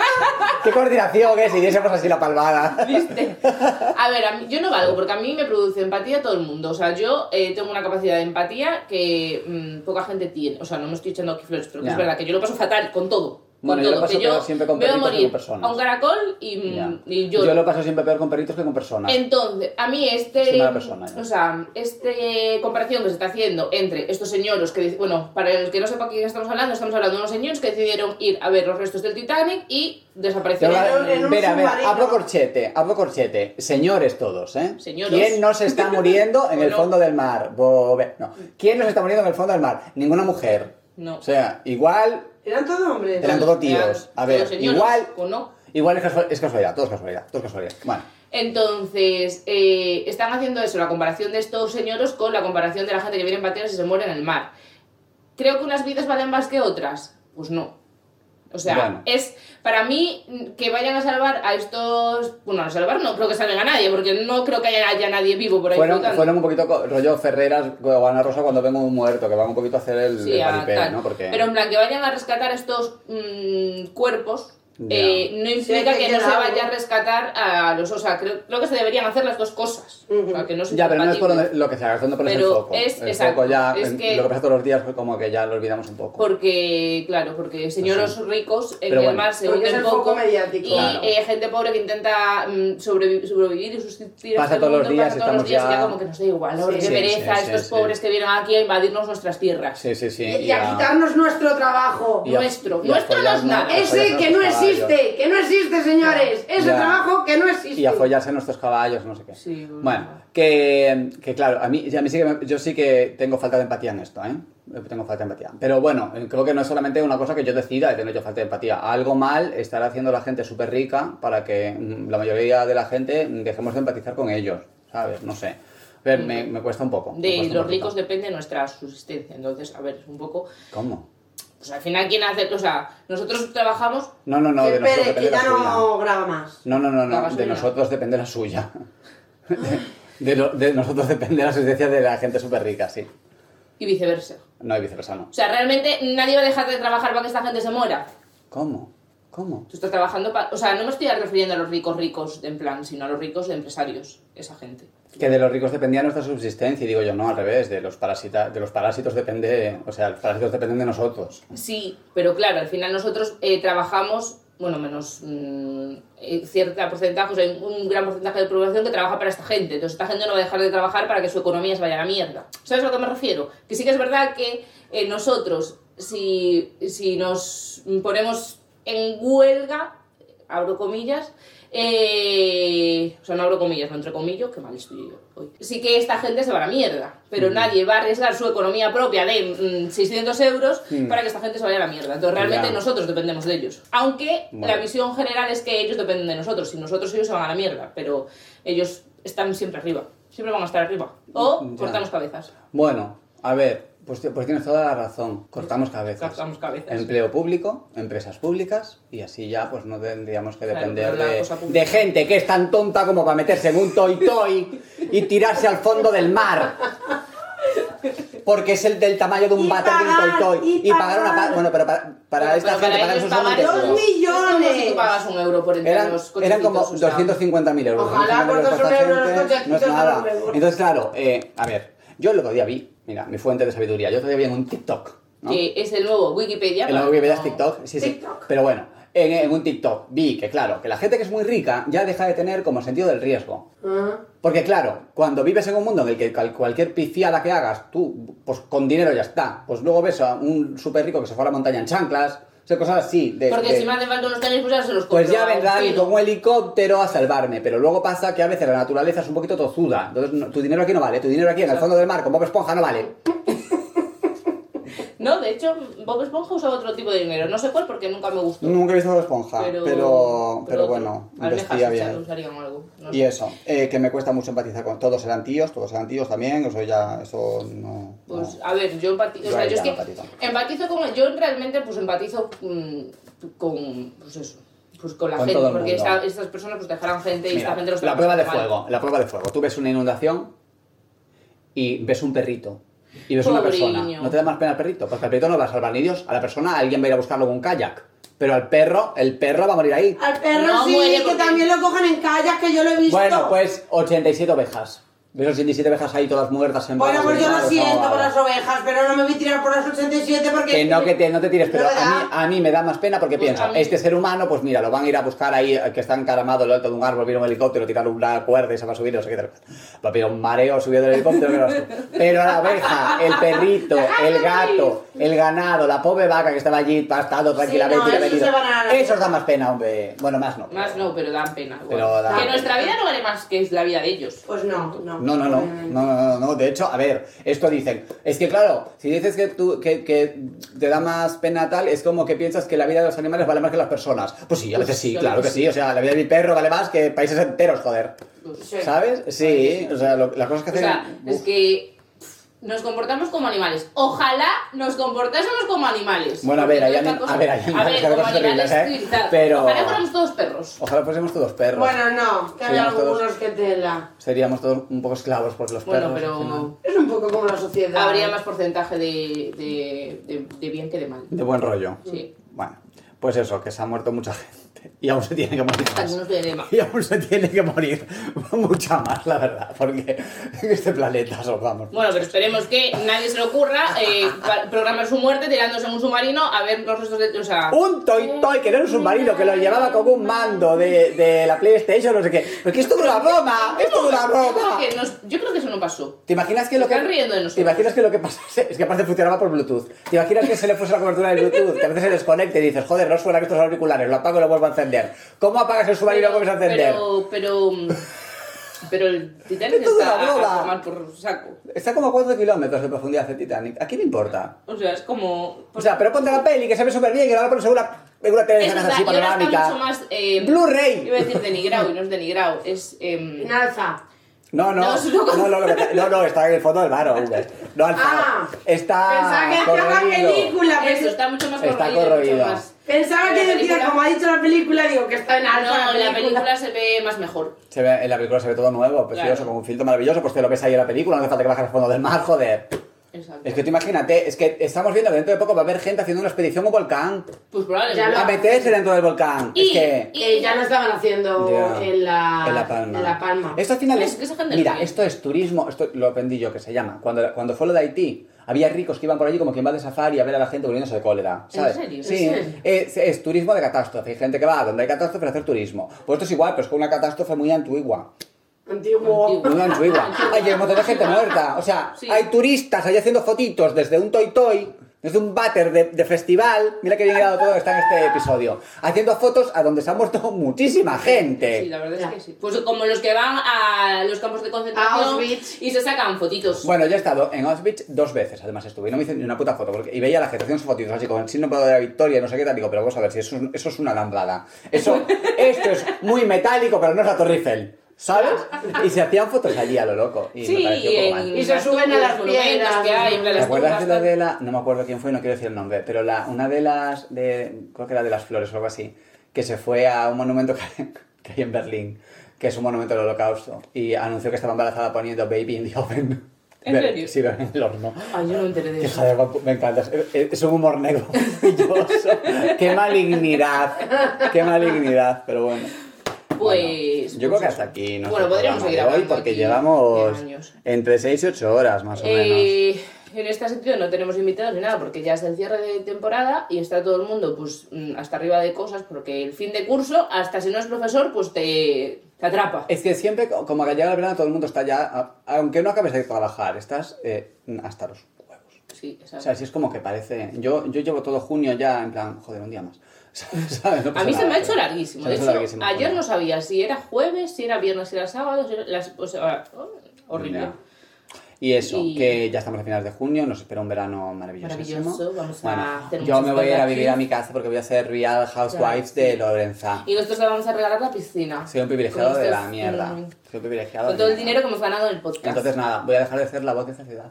[SPEAKER 1] Qué coordinación que si diésemos así la palmada.
[SPEAKER 3] ¿Viste? A ver, a mí- yo no valgo porque a mí me produce empatía todo el mundo. O sea, yo eh, tengo una capacidad de empatía que mm, poca gente tiene. O sea, no me estoy echando aquí flores, pero que
[SPEAKER 1] Ya.
[SPEAKER 3] es verdad que yo lo paso fatal con todo. con
[SPEAKER 1] Bueno, yo lo
[SPEAKER 3] todo,
[SPEAKER 1] paso
[SPEAKER 3] que
[SPEAKER 1] peor siempre con
[SPEAKER 3] veo
[SPEAKER 1] perritos que
[SPEAKER 3] morir
[SPEAKER 1] con personas.
[SPEAKER 3] a un caracol y, mm,
[SPEAKER 1] Ya.
[SPEAKER 3] y
[SPEAKER 1] Yo
[SPEAKER 3] lloro.
[SPEAKER 1] lo paso siempre peor con perritos que con personas.
[SPEAKER 3] Entonces, a mí
[SPEAKER 1] Soy
[SPEAKER 3] este,
[SPEAKER 1] mala persona, ya.
[SPEAKER 3] o sea, este comparación que se está haciendo entre estos señores que, dic- bueno, para el que no sepa quién estamos hablando, estamos hablando de unos señores que decidieron ir a ver los restos del Titanic y
[SPEAKER 1] Te
[SPEAKER 3] desaparecieron.
[SPEAKER 1] va-
[SPEAKER 2] En un- en un
[SPEAKER 1] Espera, a ver,
[SPEAKER 2] submarino.
[SPEAKER 1] abro corchete, abro corchete. Señores todos, ¿eh?
[SPEAKER 3] Señoros.
[SPEAKER 1] ¿Quién no se está muriendo en el
[SPEAKER 3] Bueno.
[SPEAKER 1] fondo del mar? Bobe- No. ¿Quién no se está muriendo en el fondo del mar? Ninguna mujer.
[SPEAKER 3] No.
[SPEAKER 1] O sea, igual,
[SPEAKER 2] ¿Eran todos hombres?
[SPEAKER 1] Eran todos tíos. A ver,
[SPEAKER 3] Todos señores,
[SPEAKER 1] igual-
[SPEAKER 3] ¿o no?
[SPEAKER 1] igual es, casual- es casualidad, todo es casualidad, todo es casualidad. Bueno,
[SPEAKER 3] Entonces, eh, están haciendo eso, la comparación de estos señores con la comparación de la gente que viene en pateras y se muere en el mar. ¿Creo que unas vidas valen más que otras? Pues no. O sea,
[SPEAKER 1] Bueno.
[SPEAKER 3] es para mí mm, que vayan a salvar a estos. Bueno, a salvar no creo que salven a nadie, porque no creo que haya, haya nadie vivo por ahí.
[SPEAKER 1] fueron,
[SPEAKER 3] flotando.
[SPEAKER 1] fueron un poquito co- rollo Ferreras o Ana Rosa cuando vengo un muerto, que van un poquito a hacer el,
[SPEAKER 3] Sí,
[SPEAKER 1] el
[SPEAKER 3] a
[SPEAKER 1] paripé,
[SPEAKER 3] tal.
[SPEAKER 1] ¿no? Porque...
[SPEAKER 3] Pero en plan, que vayan a rescatar estos mm, cuerpos eh, no implica
[SPEAKER 2] Sí,
[SPEAKER 3] que,
[SPEAKER 2] que
[SPEAKER 3] no se
[SPEAKER 2] queda
[SPEAKER 3] vaya
[SPEAKER 2] algo.
[SPEAKER 3] a rescatar a los. O sea, creo, creo que se deberían hacer las dos cosas. O sea, que no son
[SPEAKER 1] Ya, pero no es por
[SPEAKER 3] compatibles.
[SPEAKER 1] donde- lo que se haga, es donde pones
[SPEAKER 3] Pero
[SPEAKER 1] el foco.
[SPEAKER 3] es-
[SPEAKER 1] el
[SPEAKER 3] exacto,
[SPEAKER 1] foco ya,
[SPEAKER 3] es
[SPEAKER 1] en-
[SPEAKER 3] que-
[SPEAKER 1] lo que pasa todos los días, pues como que ya lo olvidamos un poco.
[SPEAKER 3] Porque, claro, porque señores ricos eh, en
[SPEAKER 1] Pero
[SPEAKER 3] el
[SPEAKER 1] bueno.
[SPEAKER 3] mar se
[SPEAKER 2] Porque es
[SPEAKER 3] hunden
[SPEAKER 2] el foco
[SPEAKER 3] poco.
[SPEAKER 2] mediático.
[SPEAKER 3] Y
[SPEAKER 1] Claro.
[SPEAKER 3] eh, gente pobre que intenta mm, sobrevi- sobrevivir y sustituir
[SPEAKER 1] Pasa todos los días,
[SPEAKER 3] pasa todos los
[SPEAKER 1] estamos
[SPEAKER 3] días
[SPEAKER 1] ya-
[SPEAKER 3] y ya como que nos da igual, ¿no?
[SPEAKER 2] Sí,
[SPEAKER 3] Qué
[SPEAKER 1] sí,
[SPEAKER 3] pereza
[SPEAKER 1] sí,
[SPEAKER 3] estos
[SPEAKER 1] sí,
[SPEAKER 3] pobres
[SPEAKER 1] sí.
[SPEAKER 3] que vienen aquí a invadirnos nuestras tierras.
[SPEAKER 1] Sí, sí, sí.
[SPEAKER 2] Y, y a quitarnos nuestro trabajo.
[SPEAKER 1] y a-
[SPEAKER 3] nuestro.
[SPEAKER 1] y a
[SPEAKER 3] Nuestro no es
[SPEAKER 1] follarnos-
[SPEAKER 3] nada.
[SPEAKER 1] a
[SPEAKER 2] Ese
[SPEAKER 1] follarnos
[SPEAKER 2] que no
[SPEAKER 1] los caballos.
[SPEAKER 2] existe, que no existe, señores. Ese
[SPEAKER 1] Ya.
[SPEAKER 2] trabajo que no existe.
[SPEAKER 1] Y a follarse nuestros caballos, no sé qué.
[SPEAKER 3] Sí,
[SPEAKER 1] Bueno, que, que claro, a mí, a mí sí que me- yo sí que tengo falta de empatía en esto, ¿eh? Tengo falta de empatía. Pero bueno, eh, creo que no es solamente una cosa que yo decida de tener yo falta de empatía. Algo mal estará haciendo la gente súper rica para que mm, la mayoría de la gente mm, dejemos de empatizar con ellos, ¿sabes? No sé. A ver, me, me cuesta un poco. me cuesta
[SPEAKER 3] De
[SPEAKER 1] un
[SPEAKER 3] los
[SPEAKER 1] poquito.
[SPEAKER 3] ricos depende nuestra subsistencia. Entonces, a ver, es un poco.
[SPEAKER 1] ¿Cómo?
[SPEAKER 3] Pues al final, ¿quién hace? O sea, nosotros trabajamos.
[SPEAKER 1] No, no, no,
[SPEAKER 2] que
[SPEAKER 1] de nosotros
[SPEAKER 2] espere,
[SPEAKER 1] depende
[SPEAKER 2] que ya
[SPEAKER 1] la suya.
[SPEAKER 2] no graba más.
[SPEAKER 1] No, no, no,
[SPEAKER 3] La
[SPEAKER 1] no. De
[SPEAKER 3] gasolina.
[SPEAKER 1] nosotros depende la suya. De, lo- de nosotros depende la asistencia de la gente súper rica, sí.
[SPEAKER 3] y viceversa.
[SPEAKER 1] No, y viceversa, no.
[SPEAKER 3] O sea, realmente nadie va a dejar de trabajar para que esta gente se muera.
[SPEAKER 1] ¿Cómo? ¿Cómo?
[SPEAKER 3] Tú estás trabajando para. O sea, no me estoy refiriendo a los ricos ricos de en plan, sino a los ricos de empresarios, esa gente.
[SPEAKER 1] Que de los ricos dependía nuestra subsistencia, y digo yo, no, al revés, de los, parasita, de los parásitos depende, o sea, los parásitos dependen de nosotros.
[SPEAKER 3] Sí, pero claro, al final nosotros eh, trabajamos, bueno, menos mm, eh, cierta porcentaje, o sea, hay un gran porcentaje de población que trabaja para esta gente. Entonces, esta gente no va a dejar de trabajar para que su economía se vaya a la mierda. ¿Sabes a lo que me refiero? Que sí que es verdad que eh, nosotros, si, si nos ponemos en huelga, abro comillas, eh, o sea, no abro comillas, no entre comillas, que mal estoy yo hoy. Sí que esta gente se va a la mierda,
[SPEAKER 1] Mm.
[SPEAKER 3] pero nadie va a arriesgar su economía propia de mm, 600 euros
[SPEAKER 1] Mm.
[SPEAKER 3] para que esta gente se vaya a la mierda. Entonces, realmente
[SPEAKER 1] Ya.
[SPEAKER 3] nosotros dependemos de ellos. Aunque
[SPEAKER 1] Bueno.
[SPEAKER 3] la visión general es que ellos dependen de nosotros, si nosotros ellos se van a la mierda, pero ellos están siempre arriba, siempre van a estar arriba. O
[SPEAKER 1] Ya.
[SPEAKER 3] cortamos cabezas,
[SPEAKER 1] Bueno, a ver, pues, ti- pues tienes toda la razón, cortamos cabezas.
[SPEAKER 3] cortamos cabezas.
[SPEAKER 1] Empleo público, empresas públicas, y así ya pues no tendríamos que
[SPEAKER 3] Claro,
[SPEAKER 1] depender
[SPEAKER 3] pero la
[SPEAKER 1] de,
[SPEAKER 3] cosa pública.
[SPEAKER 1] de gente que es tan tonta como para meterse en un toy-toy y tirarse al fondo del mar. Porque es el del tamaño de un
[SPEAKER 2] Y
[SPEAKER 1] váter de un
[SPEAKER 2] pagar,
[SPEAKER 1] toy-toy.
[SPEAKER 2] y
[SPEAKER 1] Y pagar una
[SPEAKER 2] pagar.
[SPEAKER 1] pa- Bueno, pero para, para
[SPEAKER 3] Bueno,
[SPEAKER 1] esta
[SPEAKER 3] pero
[SPEAKER 1] gente
[SPEAKER 3] para
[SPEAKER 1] pagan
[SPEAKER 3] ellos
[SPEAKER 1] sus
[SPEAKER 3] pagar
[SPEAKER 1] solamente
[SPEAKER 2] dos
[SPEAKER 1] euros.
[SPEAKER 2] mil-
[SPEAKER 3] Es como si
[SPEAKER 2] millones.
[SPEAKER 3] tú pagas un euro por entrar
[SPEAKER 1] Eran,
[SPEAKER 3] en los
[SPEAKER 1] eran como
[SPEAKER 3] cochecitos usados.
[SPEAKER 1] 250.000 euros.
[SPEAKER 2] Ojalá
[SPEAKER 1] 250.000 euros
[SPEAKER 2] por dos
[SPEAKER 1] esta
[SPEAKER 2] euros los
[SPEAKER 1] gente,
[SPEAKER 2] cochecitos
[SPEAKER 1] No es
[SPEAKER 2] son
[SPEAKER 1] nada.
[SPEAKER 2] nuevos.
[SPEAKER 1] Entonces, claro, eh, a ver, yo el otro día vi, mira, mi fuente de sabiduría, yo el otro día vi en un TikTok. ¿no?
[SPEAKER 3] que es el nuevo Wikipedia.
[SPEAKER 1] En la
[SPEAKER 3] pero
[SPEAKER 1] que veas
[SPEAKER 3] no-
[SPEAKER 1] TikTok, sí, sí.
[SPEAKER 2] TikTok.
[SPEAKER 1] Pero bueno, en, en un TikTok vi que, claro, que la gente que es muy rica ya deja de tener como sentido del riesgo.
[SPEAKER 2] Ah.
[SPEAKER 1] Porque, claro, cuando vives en un mundo en el que cal- cualquier pifiada que hagas, tú, pues con dinero ya está. Pues luego ves a un súper rico que se fue a la montaña en chanclas, o sea, cosas así. de-
[SPEAKER 3] Porque
[SPEAKER 1] de-
[SPEAKER 3] si me hace falta unos tenis, pues ya se los compro.
[SPEAKER 1] pues ya vendrá alguien
[SPEAKER 3] Fino.
[SPEAKER 1] con un helicóptero a salvarme, pero luego pasa que a veces la naturaleza es un poquito tozuda. Entonces, no- tu dinero aquí no vale, tu dinero aquí en el fondo del mar, con Bob Esponja, no vale.
[SPEAKER 3] No, de hecho, Bob Esponja usa otro tipo de dinero. No sé cuál porque nunca me gustó.
[SPEAKER 1] Nunca he visto Bob Esponja,
[SPEAKER 3] pero,
[SPEAKER 1] Ah, pero, pero,
[SPEAKER 3] otro.
[SPEAKER 1] bueno,
[SPEAKER 3] Almejas
[SPEAKER 1] vestía
[SPEAKER 3] hechas
[SPEAKER 1] bien.
[SPEAKER 3] usarían algo. No
[SPEAKER 1] Y
[SPEAKER 3] sé.
[SPEAKER 1] eso, eh, que me cuesta mucho empatizar con todos eran tíos, todos eran tíos también, eso ya, eso no.
[SPEAKER 3] Pues
[SPEAKER 1] no.
[SPEAKER 3] a ver, yo empatizo. O
[SPEAKER 1] Yo
[SPEAKER 3] sea,
[SPEAKER 1] ahí
[SPEAKER 3] yo es
[SPEAKER 1] ya
[SPEAKER 3] que
[SPEAKER 1] no empatizo.
[SPEAKER 3] empatizo con. Yo realmente, pues empatizo mm, con. Pues eso. Pues con la
[SPEAKER 1] Con todo
[SPEAKER 3] gente.
[SPEAKER 1] el
[SPEAKER 3] Porque
[SPEAKER 1] mundo.
[SPEAKER 3] esta- estas personas pues dejarán gente y
[SPEAKER 1] Mira,
[SPEAKER 3] esta gente los
[SPEAKER 1] la
[SPEAKER 3] trata
[SPEAKER 1] prueba de
[SPEAKER 3] mal.
[SPEAKER 1] fuego, la prueba de fuego. Tú ves una inundación y ves un perrito. Y ves una
[SPEAKER 3] Pobriño.
[SPEAKER 1] persona. ¿No te da más pena el perrito? Porque al perrito no va a salvar ni Dios. A la persona alguien va a ir a buscarlo con un kayak. Pero al perro, el perro va a morir ahí.
[SPEAKER 2] Al perro
[SPEAKER 3] No
[SPEAKER 2] sí,
[SPEAKER 3] muere
[SPEAKER 2] que
[SPEAKER 3] porque-
[SPEAKER 2] también lo cogen en callas, que yo lo he visto.
[SPEAKER 1] Bueno, pues 87 ovejas. ¿Ves 87 ovejas ahí todas muertas en
[SPEAKER 2] Bueno,
[SPEAKER 1] varas
[SPEAKER 2] pues yo lo
[SPEAKER 1] envasadas?
[SPEAKER 2] siento
[SPEAKER 1] No,
[SPEAKER 2] por
[SPEAKER 1] vale.
[SPEAKER 2] las ovejas, pero no me voy a tirar por las 87 porque...
[SPEAKER 1] Que no, que te, no te tires, pero a
[SPEAKER 2] ¿Verdad?
[SPEAKER 1] mí, a mí me da más pena porque
[SPEAKER 3] Pues
[SPEAKER 1] pienso,
[SPEAKER 3] a mí-
[SPEAKER 1] este ser humano, pues mira, lo van a ir a buscar ahí, eh, que está encaramado en lo alto de un árbol, viene un helicóptero, tirar una cuerda y se va a subir, no sé qué. tal. Va a pillar un mareo subiendo el helicóptero, que no sé. pero la oveja, el perrito, el gato, el ganado, la pobre vaca que estaba allí pastando tranquilamente,
[SPEAKER 2] no,
[SPEAKER 1] y le ha
[SPEAKER 2] esos
[SPEAKER 1] metido-
[SPEAKER 2] se van a la-
[SPEAKER 1] esos da más pena, hombre. Bueno, más no.
[SPEAKER 3] Más no, pero dan pena. igual.
[SPEAKER 1] Pero da-
[SPEAKER 3] Que nuestra vida no vale más que la vida de ellos.
[SPEAKER 2] Pues no, no.
[SPEAKER 1] No, no, no,
[SPEAKER 2] obviamente.
[SPEAKER 1] no, no, no, no, de hecho, a ver, esto dicen, es que claro, si dices que, tú, que, que te da más pena tal, es como que piensas que la vida de los animales vale más que las personas. Pues sí, a veces sí,
[SPEAKER 3] Pues,
[SPEAKER 1] claro que sí, o sea, la vida de mi perro vale más que países enteros, joder.
[SPEAKER 3] Pues,
[SPEAKER 2] Sí.
[SPEAKER 1] ¿Sabes? Sí, o sea, lo- las cosas que
[SPEAKER 3] O
[SPEAKER 1] hacen...
[SPEAKER 3] sea, es
[SPEAKER 1] Uf.
[SPEAKER 3] que pff, nos comportamos como animales. Ojalá nos comportásemos como animales.
[SPEAKER 1] Bueno, a ver, hay anim- a ver, hay
[SPEAKER 3] A
[SPEAKER 1] animales
[SPEAKER 3] ver,
[SPEAKER 1] que hacen
[SPEAKER 3] como
[SPEAKER 1] cosas horribles, ¿eh?
[SPEAKER 3] animales, sí, tal.
[SPEAKER 1] Pero-
[SPEAKER 3] Ojalá fuéramos todos perros.
[SPEAKER 1] Ojalá fuésemos todos perros.
[SPEAKER 2] Bueno, no, que hay
[SPEAKER 1] Seríamos todos-
[SPEAKER 2] algunos que tela.
[SPEAKER 1] Seríamos todos un poco esclavos porque los
[SPEAKER 3] Bueno,
[SPEAKER 1] Oh, perros... al final,
[SPEAKER 3] pero
[SPEAKER 2] Es un poco como la sociedad.
[SPEAKER 3] habría más porcentaje de, de, de- de bien que de mal.
[SPEAKER 1] De buen rollo.
[SPEAKER 3] Sí.
[SPEAKER 1] Bueno, pues eso, que se ha muerto mucha gente. Y aún se tiene que morir
[SPEAKER 3] Hasta que
[SPEAKER 1] más.
[SPEAKER 3] uno se eleva.
[SPEAKER 1] Y aún se tiene que morir mucha más, la verdad, porque en este planeta solo vamos.
[SPEAKER 3] Bueno, pero esperemos que nadie se le ocurra eh, pa- programar su muerte tirándose en un submarino a ver los restos de. O sea,
[SPEAKER 1] Un Toy Toy, que era un submarino, que lo llevaba con un mando de, de la PlayStation, no sé qué. Pero que esto es una broma, esto es una
[SPEAKER 3] yo,
[SPEAKER 1] broma.
[SPEAKER 3] creo que nos- yo creo que eso no pasó.
[SPEAKER 1] ¿Te imaginas que lo que...
[SPEAKER 3] Están riendo de
[SPEAKER 1] ¿Te
[SPEAKER 3] nosotros.
[SPEAKER 1] imaginas que lo que pasase es que aparte funcionaba por Bluetooth? ¿Te imaginas que se le fuese la cobertura del Bluetooth? Que a veces se desconecta y dices, joder, no suena que estos auriculares, lo apago y lo vuelvo a encender. ¿Cómo apagas el submarino y lo vuelves a encender?
[SPEAKER 3] Pero, pero, mm, pero el Titanic
[SPEAKER 1] Esto es una
[SPEAKER 3] está
[SPEAKER 1] broma.
[SPEAKER 3] a tomar por saco.
[SPEAKER 1] Está como a 4 kilómetros de profundidad el Titanic. ¿A quién le importa?
[SPEAKER 3] O sea, es como.
[SPEAKER 1] O sea, pero ponte la peli, que se ve súper bien, que la pones en una, en una tele de
[SPEAKER 3] es
[SPEAKER 1] esas
[SPEAKER 3] verdad,
[SPEAKER 1] así
[SPEAKER 3] y ahora está mucho
[SPEAKER 1] panorámica.
[SPEAKER 3] más. eh, Iba a
[SPEAKER 1] ¡Blu-ray!
[SPEAKER 3] decir denigrado y no es denigrado. Es. em,
[SPEAKER 2] En alza.
[SPEAKER 1] No, no,
[SPEAKER 3] No,
[SPEAKER 1] no,
[SPEAKER 3] es una cosa-
[SPEAKER 1] no, lo que está- no, no, está en el fondo del mar, hombre. No, al fondo.
[SPEAKER 2] Ah,
[SPEAKER 1] está
[SPEAKER 2] Pensaba que hacía la
[SPEAKER 1] corroído.
[SPEAKER 2] película.
[SPEAKER 3] eso
[SPEAKER 2] pens-
[SPEAKER 3] está mucho más
[SPEAKER 1] Está
[SPEAKER 3] corroído, mucho
[SPEAKER 1] corroído.
[SPEAKER 3] más.
[SPEAKER 2] Pensaba que
[SPEAKER 3] La
[SPEAKER 2] decía,
[SPEAKER 3] película- Ah,
[SPEAKER 2] como ha dicho la película, digo que está en
[SPEAKER 3] No,
[SPEAKER 2] alza.
[SPEAKER 3] la película se ve más mejor.
[SPEAKER 1] Se ve, en la película se ve todo nuevo, precioso,
[SPEAKER 3] Claro.
[SPEAKER 1] con un filtro maravilloso, pues te lo ves ahí en la película, no hace falta que bajes al fondo del mar, joder.
[SPEAKER 3] Exacto.
[SPEAKER 1] Es que tú imagínate, es que estamos viendo que dentro de poco va a haber gente haciendo una expedición a un volcán.
[SPEAKER 3] Pues probablemente.
[SPEAKER 2] Ya lo-
[SPEAKER 1] A meterse dentro del volcán.
[SPEAKER 3] Y-
[SPEAKER 1] es que...
[SPEAKER 3] y-
[SPEAKER 2] Que ya lo estaban haciendo
[SPEAKER 1] Ya.
[SPEAKER 2] en, la,
[SPEAKER 1] en La Palma.
[SPEAKER 2] en La Palma.
[SPEAKER 1] Esto al final
[SPEAKER 3] Es
[SPEAKER 1] es...
[SPEAKER 3] que esa gente
[SPEAKER 1] Mira,
[SPEAKER 3] no viene.
[SPEAKER 1] esto es turismo, esto lo aprendí yo, que se llama. Cuando, cuando fue lo de Haití, había ricos que iban por allí como quien va de safari a ver a la gente muriéndose de cólera.
[SPEAKER 3] ¿En
[SPEAKER 1] ¿sabes?
[SPEAKER 3] serio?
[SPEAKER 1] Sí,
[SPEAKER 2] ¿En serio?
[SPEAKER 1] Es, es turismo de catástrofe. Hay gente que va a donde hay catástrofe a hacer turismo. Pues esto es igual, pero es con una catástrofe muy antigua.
[SPEAKER 2] Antiguo.
[SPEAKER 3] Antiguo.
[SPEAKER 1] Muy antigua. Hay un montón de gente muerta. O sea,
[SPEAKER 3] Sí.
[SPEAKER 1] hay turistas ahí haciendo fotitos desde un toy toy, desde un váter de, de festival. Mira que bien quedado todo está en este episodio. Haciendo fotos a donde se ha muerto muchísima gente.
[SPEAKER 3] Sí, la verdad
[SPEAKER 2] Ya.
[SPEAKER 3] es que sí. Pues como los que van a los campos de concentración
[SPEAKER 2] A Auschwitz.
[SPEAKER 3] y se sacan fotitos.
[SPEAKER 1] Bueno, yo he estado en Auschwitz dos veces, además estuve, y no me hice ni una puta foto, porque, y veía a la gente haciendo sus fotitos así con el signo de la victoria, no sé qué tal, digo, pero vamos a ver si eso, es un- eso es una alambrada. Eso, esto es muy metálico, pero no es la Torre Eiffel, ¿sabes? Y se hacían fotos allí a lo loco, y me
[SPEAKER 3] sí,
[SPEAKER 1] pareció poco mal.
[SPEAKER 3] en
[SPEAKER 2] Y se
[SPEAKER 3] las
[SPEAKER 2] suben a
[SPEAKER 3] tumbas,
[SPEAKER 2] las
[SPEAKER 3] monumentos
[SPEAKER 2] piedras.
[SPEAKER 3] que hay, en plan,
[SPEAKER 1] ¿Te
[SPEAKER 3] las
[SPEAKER 1] acuerdas de
[SPEAKER 3] tumbas,
[SPEAKER 1] la de la.? No me acuerdo quién fue, no quiero decir el nombre, pero la, una de las. De, creo que era de las flores o algo así, que se fue a un monumento que hay, que hay en Berlín, que es un monumento del holocausto, y anunció que estaba embarazada poniendo Baby in the Oven.
[SPEAKER 3] ¿En
[SPEAKER 1] Ver-
[SPEAKER 3] serio?
[SPEAKER 1] Sí, ver en el horno.
[SPEAKER 3] Ay, yo no me enteré de
[SPEAKER 1] Que
[SPEAKER 3] eso.
[SPEAKER 1] joder, guapo, me encanta. Es- Es un humor negro maravilloso. qué malignidad. Qué malignidad, pero bueno.
[SPEAKER 3] Pues.
[SPEAKER 1] Bueno, yo creo que hasta aquí. nuestro
[SPEAKER 3] Bueno,
[SPEAKER 1] programa
[SPEAKER 3] podríamos seguir
[SPEAKER 1] de hoy
[SPEAKER 3] hablando
[SPEAKER 1] porque
[SPEAKER 3] aquí
[SPEAKER 1] llevamos
[SPEAKER 3] diez años.
[SPEAKER 1] entre 6 y 8 horas más o menos.
[SPEAKER 3] Eh, en esta sección no tenemos invitados ni nada porque ya es el cierre de temporada y está todo el mundo pues mm, hasta arriba de cosas porque el fin de curso, hasta si no es profesor, pues te, te atrapa.
[SPEAKER 1] Es que siempre, co- como que llega el verano, todo el mundo está ya, a- aunque no acabes de trabajar, estás eh, hasta los huevos.
[SPEAKER 3] Sí,
[SPEAKER 1] O
[SPEAKER 3] exacto.
[SPEAKER 1] sea, si es como que parece. Yo, yo llevo todo junio ya en plan, joder, un día más. ¿Sabes? No
[SPEAKER 3] A
[SPEAKER 1] pasa
[SPEAKER 3] mí se
[SPEAKER 1] nada,
[SPEAKER 3] me ha hecho
[SPEAKER 1] pero-
[SPEAKER 3] larguísimo.
[SPEAKER 1] se me
[SPEAKER 3] De
[SPEAKER 1] ha hecho
[SPEAKER 3] hecho,
[SPEAKER 1] larguísimo,
[SPEAKER 3] ayer
[SPEAKER 1] joder.
[SPEAKER 3] no sabía si era jueves, si era viernes, si era sábado, si era las- o sea, oh, horrible.
[SPEAKER 1] Ya. Y eso,
[SPEAKER 3] Y-
[SPEAKER 1] que ya estamos a finales de junio, nos espera un verano maravillosísimo.
[SPEAKER 3] Maravilloso, vamos a hacer
[SPEAKER 1] Yo
[SPEAKER 3] muchas
[SPEAKER 1] me voy a ir a
[SPEAKER 3] cosas
[SPEAKER 1] vivir
[SPEAKER 3] aquí.
[SPEAKER 1] a mi casa porque voy a ser Real Housewives
[SPEAKER 3] Ya,
[SPEAKER 1] de
[SPEAKER 3] sí.
[SPEAKER 1] Lorenza.
[SPEAKER 3] Y nosotros le vamos a regalar la piscina.
[SPEAKER 1] Soy un privilegiado
[SPEAKER 3] Con
[SPEAKER 1] de
[SPEAKER 3] estos-
[SPEAKER 1] la mierda.
[SPEAKER 3] mm,
[SPEAKER 1] Soy un privilegiado.
[SPEAKER 3] Con
[SPEAKER 1] de
[SPEAKER 3] todo el
[SPEAKER 1] mierda.
[SPEAKER 3] dinero que hemos ganado en el podcast.
[SPEAKER 1] Entonces nada, voy a dejar de ser la voz de esta ciudad.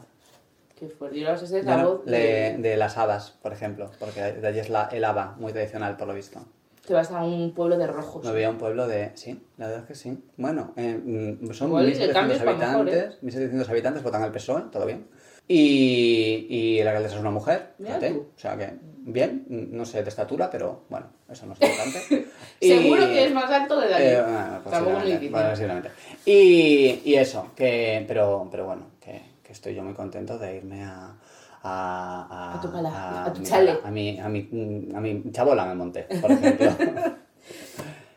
[SPEAKER 3] Qué fuerte. Y ahora vas a ser
[SPEAKER 1] Ya
[SPEAKER 3] la
[SPEAKER 1] no,
[SPEAKER 3] voz. de-
[SPEAKER 1] de, de las hadas, por ejemplo, porque de allí es la, el haba, muy tradicional por lo visto.
[SPEAKER 3] Te vas a un pueblo de rojos.
[SPEAKER 1] Me voy a Pues un pueblo de... Sí, la verdad es que sí. Bueno, eh, mm, son
[SPEAKER 3] Igual le
[SPEAKER 1] 1.700
[SPEAKER 3] cambias pa'
[SPEAKER 1] habitantes,
[SPEAKER 3] mejor, ¿eh?
[SPEAKER 1] 1.700 habitantes, votan al PSOE, E, todo bien. Y, y la alcaldesa es una mujer,
[SPEAKER 3] Mira
[SPEAKER 1] fíjate,
[SPEAKER 3] tú.
[SPEAKER 1] o sea que bien, mm, no sé de estatura, pero bueno, eso no es importante. Y-
[SPEAKER 3] Seguro que es más alto de
[SPEAKER 1] Eh,
[SPEAKER 3] Daniel.
[SPEAKER 1] bueno,
[SPEAKER 3] Tampoco es muy
[SPEAKER 1] posiblemente,
[SPEAKER 3] difícil.
[SPEAKER 1] bueno, posiblemente. Y, y eso, que, pero, pero bueno, que, que estoy yo muy contento de irme a... A,
[SPEAKER 3] A tu palacio, a tu
[SPEAKER 1] mi-
[SPEAKER 3] chalet.
[SPEAKER 1] A mi, a, mi, a mi chabola me monté, por ejemplo.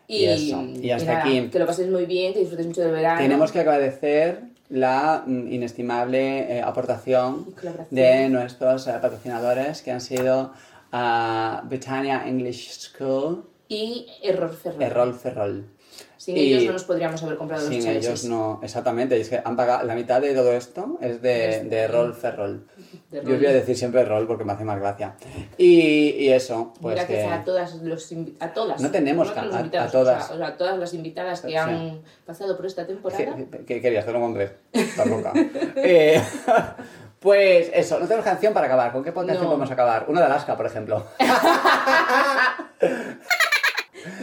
[SPEAKER 3] Y,
[SPEAKER 1] y eso. Y hasta
[SPEAKER 3] nada,
[SPEAKER 1] aquí.
[SPEAKER 3] Que lo paséis muy bien, que disfrutéis mucho del verano.
[SPEAKER 1] Tenemos que agradecer la mm, inestimable eh, aportación
[SPEAKER 3] Y colaboración.
[SPEAKER 1] de nuestros eh, patrocinadores que han sido a Britannia English School,
[SPEAKER 3] Y Error Ferrer.
[SPEAKER 1] Errol Ferrol.
[SPEAKER 3] Sin
[SPEAKER 1] Y-
[SPEAKER 3] ellos no nos podríamos haber comprado los
[SPEAKER 1] Sin
[SPEAKER 3] chaleses.
[SPEAKER 1] ellos no, exactamente. Y es que han pagado la mitad de todo esto es de, de rol ferrol.
[SPEAKER 3] De
[SPEAKER 1] Yo
[SPEAKER 3] rol.
[SPEAKER 1] voy a decir siempre rol porque me hace más gracia. Y, y eso, pues
[SPEAKER 3] Gracias
[SPEAKER 1] que-
[SPEAKER 3] a todas los invi- a todas.
[SPEAKER 1] No tenemos
[SPEAKER 3] que
[SPEAKER 1] ca-
[SPEAKER 3] los
[SPEAKER 1] a- a
[SPEAKER 3] invitados,
[SPEAKER 1] todas.
[SPEAKER 3] O sea, o sea, a todas las invitadas que
[SPEAKER 1] Sí.
[SPEAKER 3] han pasado por esta temporada.
[SPEAKER 1] que, que quería hacer un hombre. Estás loca. Eh, pues eso, no tenemos canción para acabar. ¿Con qué canción
[SPEAKER 3] No.
[SPEAKER 1] podemos acabar? Una de Alaska, por ejemplo.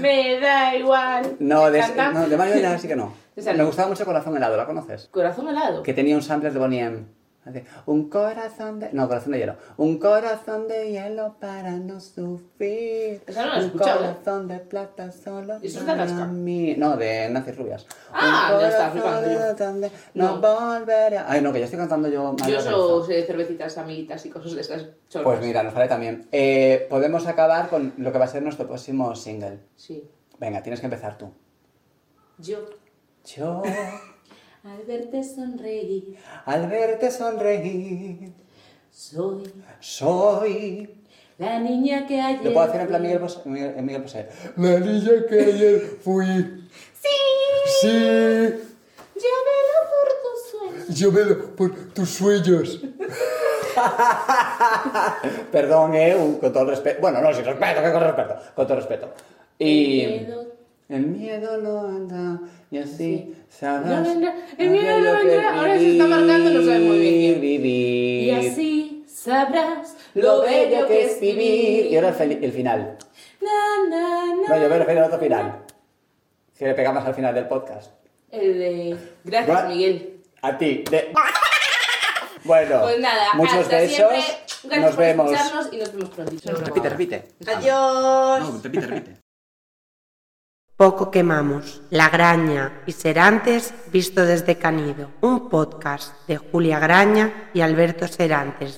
[SPEAKER 3] Me da igual.
[SPEAKER 1] No, de,
[SPEAKER 3] Canta.
[SPEAKER 1] no, de Mario Islas sí que no.
[SPEAKER 3] Esa
[SPEAKER 1] Me
[SPEAKER 3] no.
[SPEAKER 1] gustaba mucho Corazón helado, ¿la conoces?
[SPEAKER 3] Corazón helado.
[SPEAKER 1] Que tenía un sampler de Bonnie M. Hace, Un corazón de... No, corazón de hielo. Un corazón de hielo para no sufrir.
[SPEAKER 3] Esa no la he
[SPEAKER 1] Un
[SPEAKER 3] escuchado, ¿eh?
[SPEAKER 1] corazón de plata solo
[SPEAKER 3] ¿Eso es de
[SPEAKER 1] para
[SPEAKER 3] Alaska?
[SPEAKER 1] mí. No, de Nancy Rubias.
[SPEAKER 3] Ah,
[SPEAKER 1] Un
[SPEAKER 3] ya está,
[SPEAKER 1] corazón
[SPEAKER 3] flipando yo.
[SPEAKER 1] de plata de- No,
[SPEAKER 3] No.
[SPEAKER 1] volveré a- Ay, no, que yo estoy cantando yo... María
[SPEAKER 3] Yo solo
[SPEAKER 1] Teresa.
[SPEAKER 3] sé de eh, cervecitas, amiguitas y cosas de estas chorras.
[SPEAKER 1] Pues mira, nos vale también. Eh, podemos acabar con lo que va a ser nuestro próximo single.
[SPEAKER 3] Sí.
[SPEAKER 1] Venga, tienes que empezar tú.
[SPEAKER 3] Yo,
[SPEAKER 1] Yo,
[SPEAKER 3] al verte sonreír,
[SPEAKER 1] al verte sonreír,
[SPEAKER 3] soy
[SPEAKER 1] soy...
[SPEAKER 3] la niña que ayer...
[SPEAKER 1] Lo puedo hacer en plan Miguel Bosé. Miguel, eh, Miguel Bosé. La niña que ayer fui. Sí. Sí.
[SPEAKER 3] Llévelo por tus sueños.
[SPEAKER 1] Yo velo por tus sueños. Perdón, eh, un- con todo el respeto. Bueno, no, sin respeto, que con respeto. Con todo respeto. Y. El miedo no anda, y así sabrás.
[SPEAKER 3] No vendrá, el miedo no
[SPEAKER 1] aquello que
[SPEAKER 3] vendrá. Ahora se está marcando, no sabe muy bien quién.
[SPEAKER 1] Vivir.
[SPEAKER 3] Y así sabrás lo bello que es vivir.
[SPEAKER 1] Y ahora el, fel- el final.
[SPEAKER 3] Na, na, na.
[SPEAKER 1] No, yo me refiero al otro final. Si le pegamos al final del podcast.
[SPEAKER 3] El de... Gracias,
[SPEAKER 1] Ra-
[SPEAKER 3] Miguel.
[SPEAKER 1] A ti. de- Bueno,
[SPEAKER 3] Pues nada,
[SPEAKER 1] muchos
[SPEAKER 3] hasta
[SPEAKER 1] besos.
[SPEAKER 3] siempre. Gracias
[SPEAKER 1] Nos
[SPEAKER 3] por
[SPEAKER 1] vemos.
[SPEAKER 3] escucharnos y nos vemos prontito.
[SPEAKER 1] Repite, repite.
[SPEAKER 2] Adiós.
[SPEAKER 1] No, repite, repite.
[SPEAKER 7] Poco quemamos, La Graña y Serantes visto desde Canido, un podcast de Julia Graña y Alberto Serantes